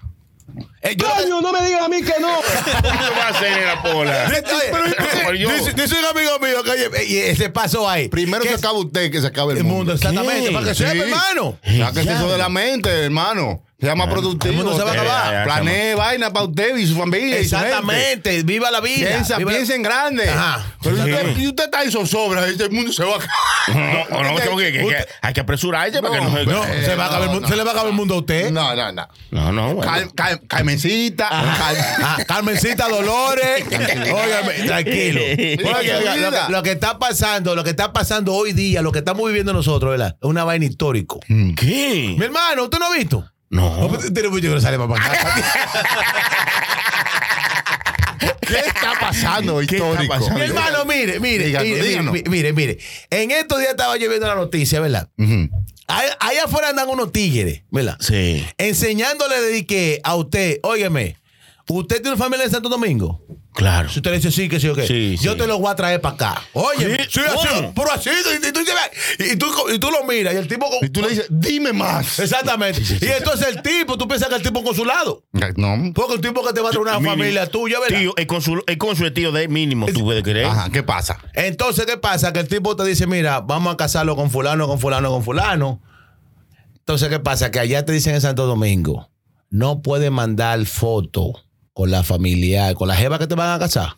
D: Coño,
N: no me digas a mí que no.
E: ¿Qué va a hacer en la pola?
D: Dice dice un amigo mío que oye, y ese paso ahí.
A: Primero se acaba usted que se acaba el mundo.
D: Exactamente,
A: Sí.
D: para que sepa,
A: Sí.
D: hermano.
A: Sáquese eso de la mente, hermano. Sea más productivo.
D: el mundo se va a acabar.
A: Eh, Planee vaina para usted y su familia. y su gente.
D: Exactamente, viva la vida.
A: Piensa,
D: viva la-
A: piensa en grande.
D: Ajá.
A: Pero
E: Sí.
A: usted, y usted está en zozobra. El mundo se va a acabar.
E: No, no, tengo que, que- que- hay que apresurarse para que no se.
D: No,
A: Eh,
D: se, va a acabar el
A: no,
D: mundo-
A: no.
D: se le va a acabar el mundo a usted.
A: No, no, no.
E: No, no, bueno.
A: Cal- cal- Carmencita. cal-
D: Ah,
A: <laughs>
D: Carmencita Dolores. Óigame, tranquilo. Oiga, oiga, lo, que, lo que está pasando, lo que está pasando hoy día, lo que estamos viviendo nosotros, ¿verdad? Es una vaina histórico.
E: Mm. ¿Qué?
D: Mi hermano, ¿usted no ha visto?
E: No.
D: pues, Tiene mucho que no sale
E: <laughs>
D: para acá.
A: ¿Qué está pasando histórico?
D: Mi hermano, mire, mire,
A: Díganos,
D: mire,
A: díganos.
D: mire, mire, mire. En estos días estaba yo viendo la noticia, ¿verdad? Ahí- Ahí afuera andan unos tigres, ¿verdad?
E: Sí.
D: Enseñándole de que a usted, óigame, usted tiene una familia en Santo Domingo.
E: Claro.
D: Si usted le dice sí, que sí o qué,
E: Sí,
D: yo
E: sí.
D: te lo voy a traer para acá. Oye,
E: ¿Qué?
D: sí, así,
E: ¿Cómo?
D: pero así, y, y tú, dices, "Ve", y tú- y tú lo miras, y el tipo. Y tú le dices,
A: dime más.
D: Exactamente. y entonces el tipo, tú piensas que el tipo es consulado.
A: No.
D: Porque el tipo que te va a traer una
E: Mínimo.
D: familia tuya, ¿verdad?
E: Tío, el cónsul el cónsul es tío de mínimo, tú puedes
D: ¿Eh?
E: creer.
A: Ajá, ¿qué pasa?
D: Entonces, ¿qué pasa? Que el tipo te dice, mira, vamos a casarlo con fulano, con fulano, con fulano. Entonces, ¿qué pasa? Que allá te dicen en Santo Domingo, no puedes mandar foto con la familia, con la jeva que te van a casar,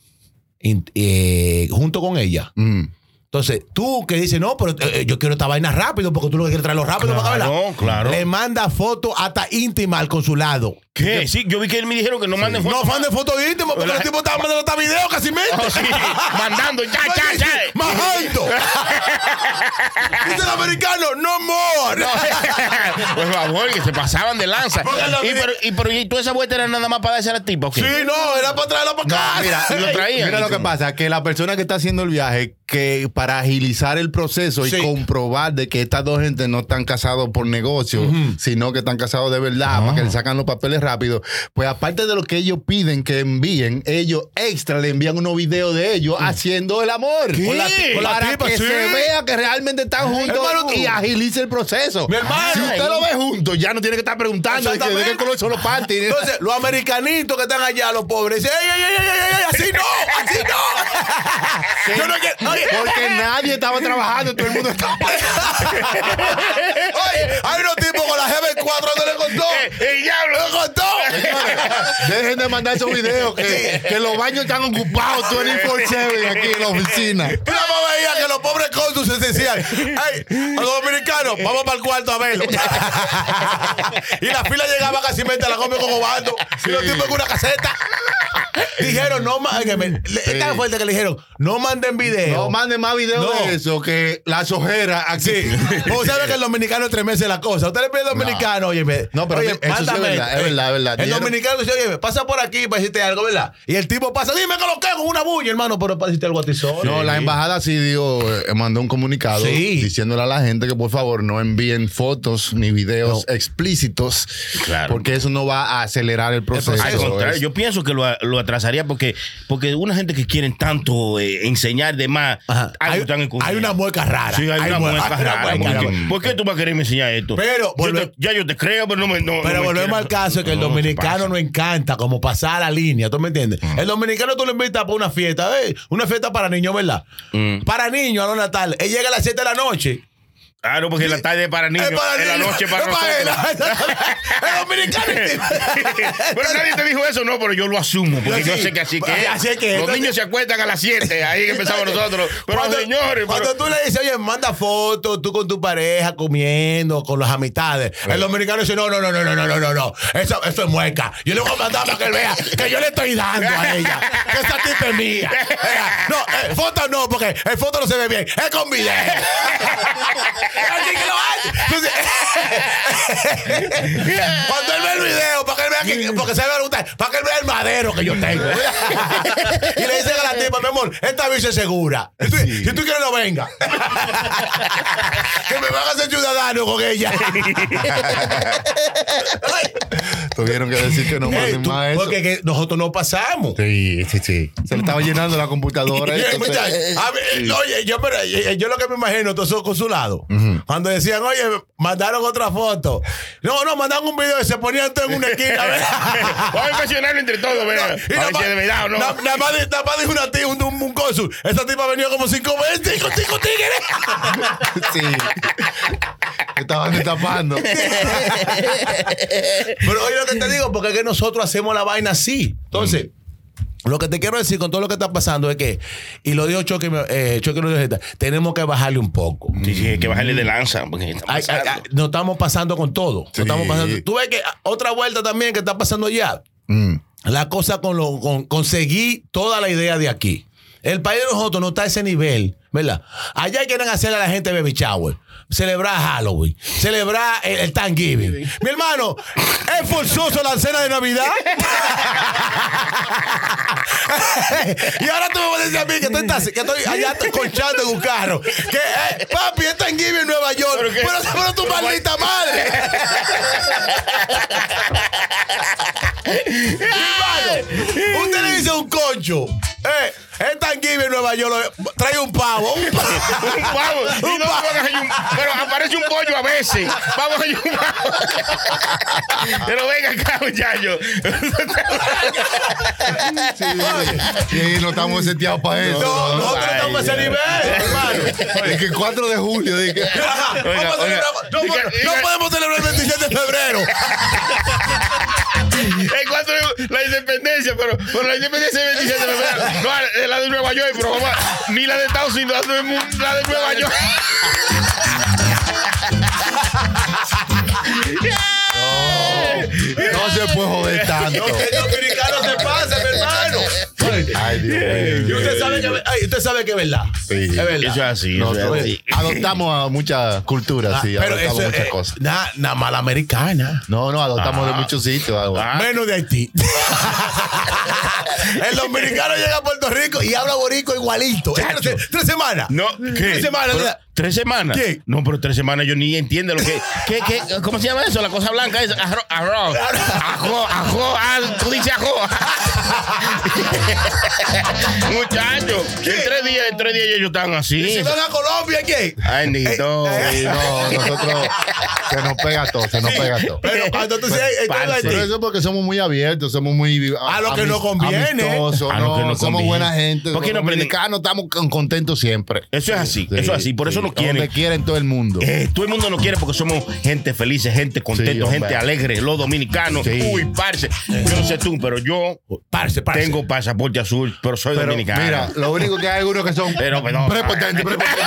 D: in- eh, junto con ella.
E: Mm.
D: Entonces, tú que dices, no, pero eh, eh, yo quiero esta vaina rápido, porque tú lo que quieres traerlo rápido para acá,
E: Claro,
D: ¿verdad?
E: claro.
D: Le manda foto hasta íntima al consulado.
E: ¿Qué? Sí, yo vi que él me dijeron que no manden
D: No
E: fotos.
D: manden fotos íntimas, porque
E: Hola.
D: el tipo está mandando hasta video casi mente.
E: Oh, sí. Mandando, ya, ya, ya.
D: Más
E: <laughs>
D: alto. Dice el americano, no more.
E: <laughs> <laughs> Por favor, que se pasaban de lanza.
D: Porque lo-
E: Y pero, y pero y toda esa vuelta era nada más para darse a la tipa, ¿o qué?
D: Sí, no, era para traerlo para
A: <laughs>
D: acá.
A: Mira,
E: Y lo traían.
A: mira lo que pasa, que la persona que está haciendo el viaje, que para agilizar el proceso
D: Sí.
A: y comprobar de que estas dos gentes no están casados por negocio, sino que están casados de verdad, para que le sacan los papeles rápido, pues aparte de lo que ellos piden que envíen, ellos extra le envían unos videos de ellos haciendo el amor.
D: Mm. ¿Qué?
A: Con la-
D: Con la
A: para
D: tipa,
A: que
D: sí.
A: se vea que realmente están juntos
D: Hermano,
A: y
D: tú.
A: agilice el proceso.
D: Mi hermano.
A: si usted lo ve juntos, ya no tiene que estar preguntando de que- de qué
D: Exactamente.
A: color son los panties.
D: <laughs> Entonces, los americanitos que están allá, los pobres, dicen, ¡Ey, ey, ey, ey, ey, ey, así no! ¡Así
E: <laughs>
D: no! Yo no quiero. Oye,
A: Porque nadie estaba trabajando, todo el
D: <laughs>
A: mundo estaba.
D: oye, hay unos tipos con la GB4 que le contó.
E: ¡El Eh, diablo!
D: ¡Le contó!
A: Dejen de mandar esos videos que, que los baños están ocupados 24-7 aquí en la oficina.
D: Una mamá veía que los pobres cónsules se decían, ¡Ey, a los dominicanos, vamos para el cuarto a verlo! <laughs> y la fila llegaba casi mente a la comida con Obaldo. Y los tipos con una caseta. Dijeron, no manden. Es tan fuerte que le dijeron, no manden video.
A: No manden más videos
D: Eh, No.
A: de eso que las ojeras aquí.
D: Sí. Vos sabés que el dominicano es tres meses la cosa. Usted le pide al dominicano, oye, me-
A: No, pero
D: oye,
A: eso sí es
D: mándame.
A: verdad, es verdad, es verdad.
D: El
A: Dijeron-
D: dominicano dice, oye, pasa por aquí para decirte algo, ¿verdad? Y el tipo pasa, dime que lo que con una bulla, hermano, pero para decirte algo a ti solo.
A: No, la embajada sí dio, eh, mandó un comunicado
D: Sí.
A: diciéndole a la gente que por favor no envíen fotos ni videos explícitos,
E: Claro.
A: porque eso no va a acelerar el proceso.
D: Pues
E: Al contrario,
A: Es-
E: yo pienso que lo, lo atrasaría porque, porque una gente que quieren tanto eh, enseñar de más,
D: Ajá.
E: algo
D: Hay,
E: están escondiendo.
D: hay una mueca rara.
E: Sí, hay una
D: mue-
E: mueca
D: hay una
E: rara.
D: mueca
E: ¿Por qué-
D: rara.
E: ¿Por qué tú vas a quererme enseñar esto?
D: Pero,
E: Yo
D: volve-
E: te- ya yo te creo, pero no me. No,
D: Pero
E: no me
D: volvemos al
E: quiero-
D: caso de que el
E: No, ¿qué
D: dominicano
E: pasa? Mm.
D: no encanta como pasar la línea, ¿tú me entiendes? El dominicano tú lo invitas para una fiesta, eh, una fiesta para niños, ¿verdad?
E: Mm.
D: Para niños, a lo natal. Él llega a las 7 de la noche.
E: Claro, porque la tarde es para niños,
D: es para
E: es la
D: niños,
E: noche para
D: es para él. <laughs>
E: nosotros.
D: Es dominicano.
E: <laughs> Pero nadie te dijo eso, no, pero yo lo asumo, porque
D: Sí.
E: yo sé que así que es.
D: Así es que es.
E: los niños se acuestan a las 7, ahí
D: <laughs>
E: que empezamos nosotros. Pero
D: Cuando-
E: señores,
D: Cuando
E: pero-
D: tú le dices, oye, manda fotos, tú con tu pareja, comiendo, con las amistades. El dominicano dice, no, no, no, no, no, no, no, no, no. Eso, eso es mueca. Yo le voy a mandar para que él vea que yo le estoy dando a ella. Que esa tipa es mía. Ella, No, eh, fotos no, porque en foto no se ve bien. Es con
E: <laughs>
D: video. <laughs> Así que lo hace. Entonces, <laughs> cuando él ve el video, para que él vea que, porque se va a preguntar, para que él vea el madero que
A: <laughs>
D: yo tengo. y le dice a la tipa, mi amor, esta bici es segura. Si tú- Si tú quieres, no venga. que me van a hacer ciudadano con ella.
A: Tuvieron que decir
D: <laughs>
A: que no
D: Ey,
A: manden
D: tú-
A: más eso.
D: porque que nosotros no pasamos.
A: Sí, sí, sí. Se le estaba
D: <laughs>
A: llenando la computadora.
D: Oye,
A: entonces-
D: eh, muchachos, a ver, Oye, yo, pero, eh, eh, yo lo que me imagino, todos esos consulados, Cuando decían, oye, mandaron otra foto. No, no, mandaron un video y se ponían todos en una esquina.
A: <laughs>
D: <laughs>
E: Vamos a mencionarlo entre todos,
D: No,
E: ¿verdad?
D: y
E: a
D: nada
E: ver si
D: más-
E: es de verdad o no.
D: na- Nada más di- nada más dijo una tía, un, un, un cónsul. Esta tipa ha venido como cinco veces <laughs> con cinco tigres.
A: Sí. Estaban destapando.
D: Pero oye lo que te digo, porque es que nosotros hacemos la vaina así. Entonces, lo que te quiero decir con todo lo que está pasando es que, y lo dijo Choque, eh, Choque lo dijo ahorita, tenemos que bajarle un poco.
E: Sí, sí, hay que bajarle de lanza. Porque está
D: Ay, ay,
E: pasando.
D: ay, nos estamos pasando con todo. Nos
A: Sí.
D: estamos pasando. Tú ves que ah, otra vuelta también que está pasando allá.
A: Mm.
D: La cosa con lo con, conseguí toda la idea de aquí. El país de nosotros no está a ese nivel, ¿verdad? Allá quieren hacerle a la gente baby shower, celebrar Halloween, celebrar el, el Thanksgiving. Mi hermano, es forzoso la cena de
A: <laughs>
D: Navidad. <laughs> y ahora tú me vas a decir a mí que estoy, tas- que estoy allá colchando en un carro. Que, eh, papi, es Thanksgiving en Nueva York. Pero, pero tu maldita madre. Usted le dice a un concho. Eh, es Thanksgiving en Nueva York. lo- Trae un pavo. Un pavo.
E: Un pavo. Y
D: Un
E: no,
D: pavo.
E: van a hacer un- pero aparece un pollo a veces. Vamos a hacer un pavo. Pero venga acá, muchacho.
A: Sí, sí, no estamos seteados para eso.
D: No,
A: ¿no?
D: nosotros no estamos a ese nivel, hermano.
A: Es que 4 de julio, dije.
D: Ajá, vamos a celebrar- no,
E: Diga-
D: no
E: diga-
D: podemos celebrar el 27 de febrero.
E: En cuanto a la independencia, pero, pero la independencia es 27 de febrero. No, es la de Nueva York, pero vamos a- ni la de Estados Unidos, la de, mu- la de Nueva York.
A: No se puede joder tanto.
D: Los dominicanos se pasan, hermano.
A: Ay, Dios mío.
D: Y usted sabe que, ay, usted sabe que es verdad.
A: Sí.
D: Es verdad.
E: Eso es así, eso es
A: Nosotros
E: así.
A: adoptamos a muchas culturas, sí,
D: Ah, pero
A: adoptamos
D: eso es
A: muchas cosas.
D: Nada mala americana.
A: No, no, adoptamos
E: Ah.
A: de muchos sitios. algo.
E: Ah.
D: Menos de Haití. el dominicano llega a Puerto Rico y habla borico igualito. Es Tres, tres semanas.
E: No, ¿qué?
D: Tres semanas.
E: Pero, ¿Tres semanas?
D: ¿Qué?
E: No, pero tres semanas yo ni entiendo lo que. ¿qué, qué, ¿Cómo se llama eso? La cosa blanca es arroz. Arroz. Ajo, ajo. ah, tú dices ajo. <laughs> Muchacho, en tres días, en tres días ellos están así.
D: Si van Eh, a Colombia, ¿qué?
E: Ay, ni todo.
A: Sí, no, nosotros se nos pega todo, se nos pega todo. Pues,
D: Pero cuando tú seas estás en
E: parce.
A: Pero
D: Haití.
A: eso porque somos muy abiertos, somos muy
D: A lo que nos conviene.
A: amistosos,
E: A lo
A: no,
E: que nos
A: somos
E: conviene.
A: buena gente.
E: ¿Por qué
A: los
E: no aprenden?
A: dominicanos estamos con- contentos siempre.
E: Eso es así, eso es así, por eso nos quieren.
A: Donde quieren todo el mundo.
E: Eh, todo el mundo nos quiere porque somos gente feliz, gente contenta,
A: hombre.
E: gente alegre, los dominicanos.
A: Sí.
E: Uy, parce. Yo no sé tú, pero yo
D: Parce, parce.
E: tengo pasaporte azul, pero soy
A: Pero
E: dominicano.
A: mira, lo único que hay algunos que son
E: <laughs> Pero, pero- ah,
A: prepotentes, prepotentes.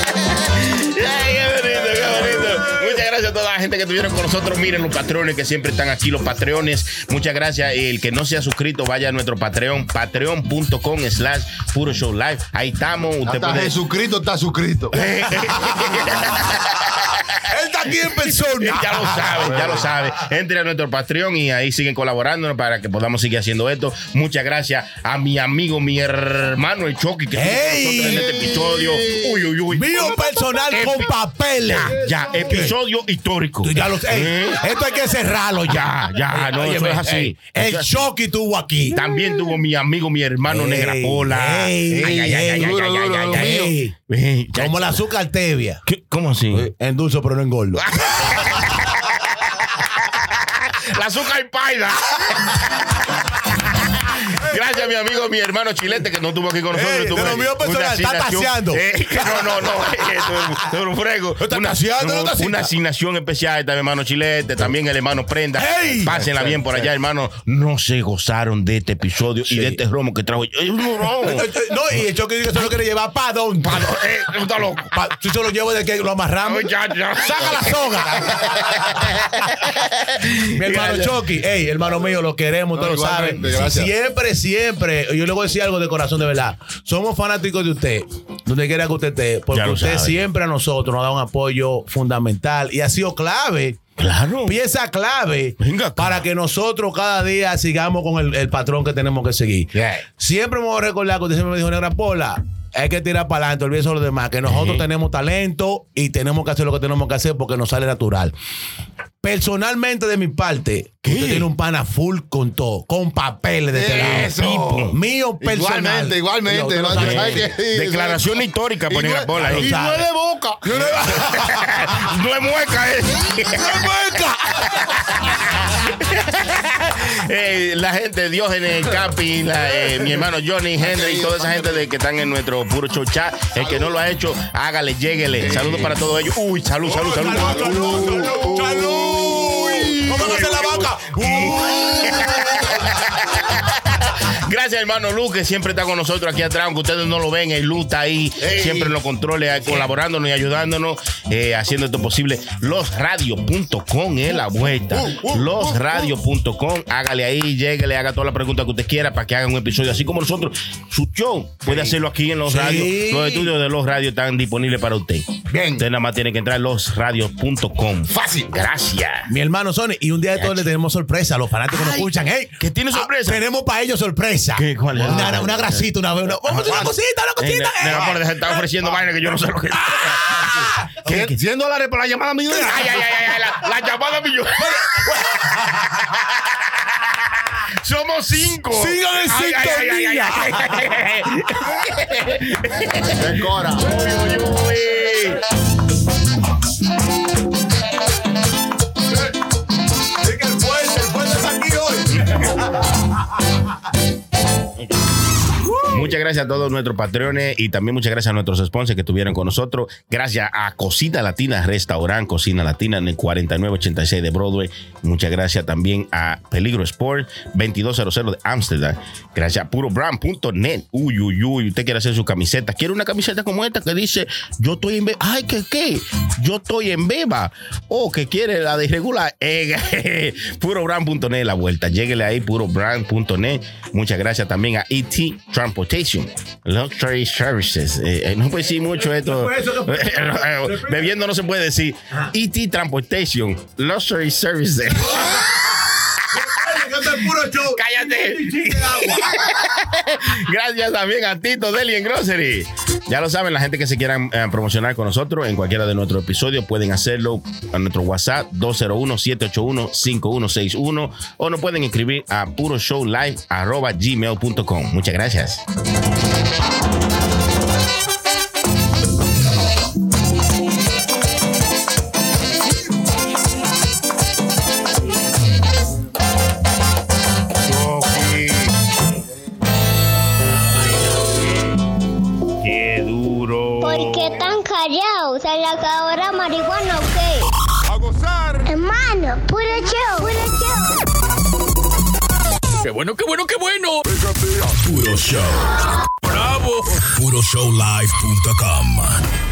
E: Ay, qué bonito, qué bonito. Muchas gracias a toda la gente que estuvieron con nosotros. Miren los patrones que siempre están aquí, los patreones. Muchas gracias. El que no se ha suscrito, vaya a nuestro Patreon, patreon.com slash puro show live. Ahí estamos. Usted
A: Hasta
E: puede-
A: Jesucristo está suscrito. Eh,
D: Él está aquí en persona.
E: <laughs> <laughs> Ya lo saben, ya lo saben. Entre a nuestro Patreon y ahí siguen colaborando para que podamos seguir haciendo esto. Muchas gracias a mi amigo, mi hermano, el Chucky, que estuvo con
D: ¡Ey!
E: nosotros en este episodio. Uy, uy, uy.
D: Mío personal con papeles.
E: Ya, episodio histórico.
D: Tú Ya lo sé.
E: ¿Eh?
D: Esto hay que cerrarlo ya.
E: Ya, ya, no, eso
D: Óyeme,
E: es así.
D: ey,
E: Eso es
D: el
E: así.
D: Chucky estuvo aquí.
E: También tuvo mi amigo, mi hermano
D: Ey,
E: Negra Pola.
D: ey,
E: Ay, ay, ay,
D: ey,
E: ay,
D: duro,
E: ay, ay,
D: duro,
E: ay,
D: duro,
E: ay,
D: ey.
E: ay. Ey, ya-
D: Como el azúcar tevia.
E: ¿Qué? ¿Cómo así?
D: En dulce, pero no engordo. <laughs>
E: La azúcar paida.
D: <laughs>
E: Gracias, mi amigo, mi hermano chilete, que no estuvo aquí con nosotros.
D: Ey,
E: Tuvo
D: de lo mío
E: una
D: personal, está
E: asignación-
D: taseando.
E: Eh, <laughs> que no, no, no. eh, tú- tú eres un frego.
D: está
E: Una-
D: taseando, no
E: una-
D: tasea.
E: Una asignación especial está mi hermano chilete, también el hermano prenda.
D: Ey.
E: Pásenla bien por allá, hermano. No se gozaron de este episodio y de este romo que trajo. Es un Eh, romo.
D: <laughs> No, y el Chucky dice que se lo quiere llevar para dónde.
E: Ah, no, eh, no está loco.
D: Pa- Tú se lo llevo de que lo amarramos.
E: Ay, ya, ya.
D: ¡Saca la
E: <laughs>
D: soga! Mi hermano
E: Gracias.
D: Chucky, ey, hermano mío, lo queremos,
A: No,
D: usted lo sabe.
A: igualmente, gracias.
D: Siempre, siempre, yo le voy a decir algo de corazón, de verdad. Somos fanáticos de usted, donde quiera que usted esté, porque
E: Ya lo
D: usted
E: sabe.
D: siempre a nosotros nos da un apoyo fundamental y ha sido clave.
E: Claro.
D: Pieza clave
E: Venga acá.
D: para que nosotros cada día sigamos con el, el patrón que tenemos que seguir. Siempre me voy a recordar que usted siempre me dijo, Negra Pola, hay que tirar para adelante, olvídese de los demás, que nosotros tenemos talento y tenemos que hacer lo que tenemos que hacer porque nos sale natural. Personalmente, de mi parte, usted tiene un pana full con todo, con papeles de este
A: Eso.
D: lado. People. Mío personal.
A: Igualmente, igualmente.
D: Yo, usted lo
A: No,
D: sabe.
A: ay, que-
E: Declaración histórica ponen la bola ahí.
A: Y no es de
E: <laughs>
A: boca.
E: No es mueca, eh. Eh, la gente Diógenes, Capi, la, eh, mi hermano Johnny, Henry y toda esa gente de que están en nuestro puro show chat. El que no lo ha hecho, hágale, lléguele. Saludos para todos ellos. Uy, salud, salud, salud.
A: Oh,
D: ¡Vamos a hacer la vaca!
E: <laughs> Gracias, hermano Lu, que siempre está con nosotros aquí atrás, aunque ustedes no lo ven, el Lu está ahí, siempre en los controles, eh, colaborándonos y ayudándonos, eh, haciendo esto posible. Losradio.com es eh, la
D: Uh,
E: vuelta. Losradio.com, hágale ahí, lléguele, haga todas las preguntas que usted quiera para que hagan un episodio así como nosotros. Su show puede hacerlo aquí en Los
D: Sí.
E: Radios. Los estudios de Los Radios están disponibles para usted. Bien. Usted nada más tiene que entrar a losradios.com. Fácil. Gracias.
D: Mi hermano Sony, y un día de todos le tenemos sorpresa a los fanáticos que nos escuchan. ¡Ey!
E: ¿Qué tiene sorpresa?
D: tenemos para ellos sorpresa.
E: ¿Qué? ¿Cuál es? Ah,
D: Una, una grasita, una vez. una- Vamos a hacer una cosita, una
E: Eh,
D: cosita. eh.
E: ne- ne- amor, se está Ah. ofreciendo vaina que yo no sé lo que.
A: ¿Qué? 100 dólares por la llamada millonaria.
E: Ay, ay, ay, ay, la, la llamada millonaria. <laughs> Somos cinco.
D: Sigan en
E: Ay, ay, ay,
D: sintonía.
E: ay, ay, ay, ay, ay.
A: Decora. <laughs>
E: Muchas gracias a todos nuestros patrones y también muchas gracias a nuestros sponsors que estuvieron con nosotros. Gracias a Cocina Latina, Restaurant Cocina Latina en el 4986 de Broadway. Muchas gracias también a Peligro Sport 2200 de Amsterdam. Gracias a purobrand.net. Uy, uy, uy. Usted quiere hacer su camiseta. Quiere una camiseta como esta que dice yo estoy en beba. Ay, ¿qué qué? Yo estoy en beba. Oh, que quiere la de irregular. Eh, <laughs> purobrand.net la vuelta. Lléguele ahí, purobrand.net. Muchas gracias también a ET Transportation. Luxury Services. Eh, eh, no puede decir mucho esto. <laughs> Bebiendo no se puede decir. ET Transportation. Luxury Services. ¡Cállate! <laughs> Gracias también a Tito Deli en Grocery. Ya lo saben, la gente que se quieran eh, promocionar con nosotros en cualquiera de nuestros episodios pueden hacerlo a nuestro WhatsApp 201-781-5161 o nos pueden escribir a puroshowlive.gmail.com. Muchas gracias. ¡Qué duro!
N: ¿Por qué tan callados? ¿Se le acabará marihuana o qué? ¡A gozar! Hermano, puro show, puro show.
B: Qué bueno, qué bueno, qué bueno. Puro show. Bravo. PuroShowLive.com.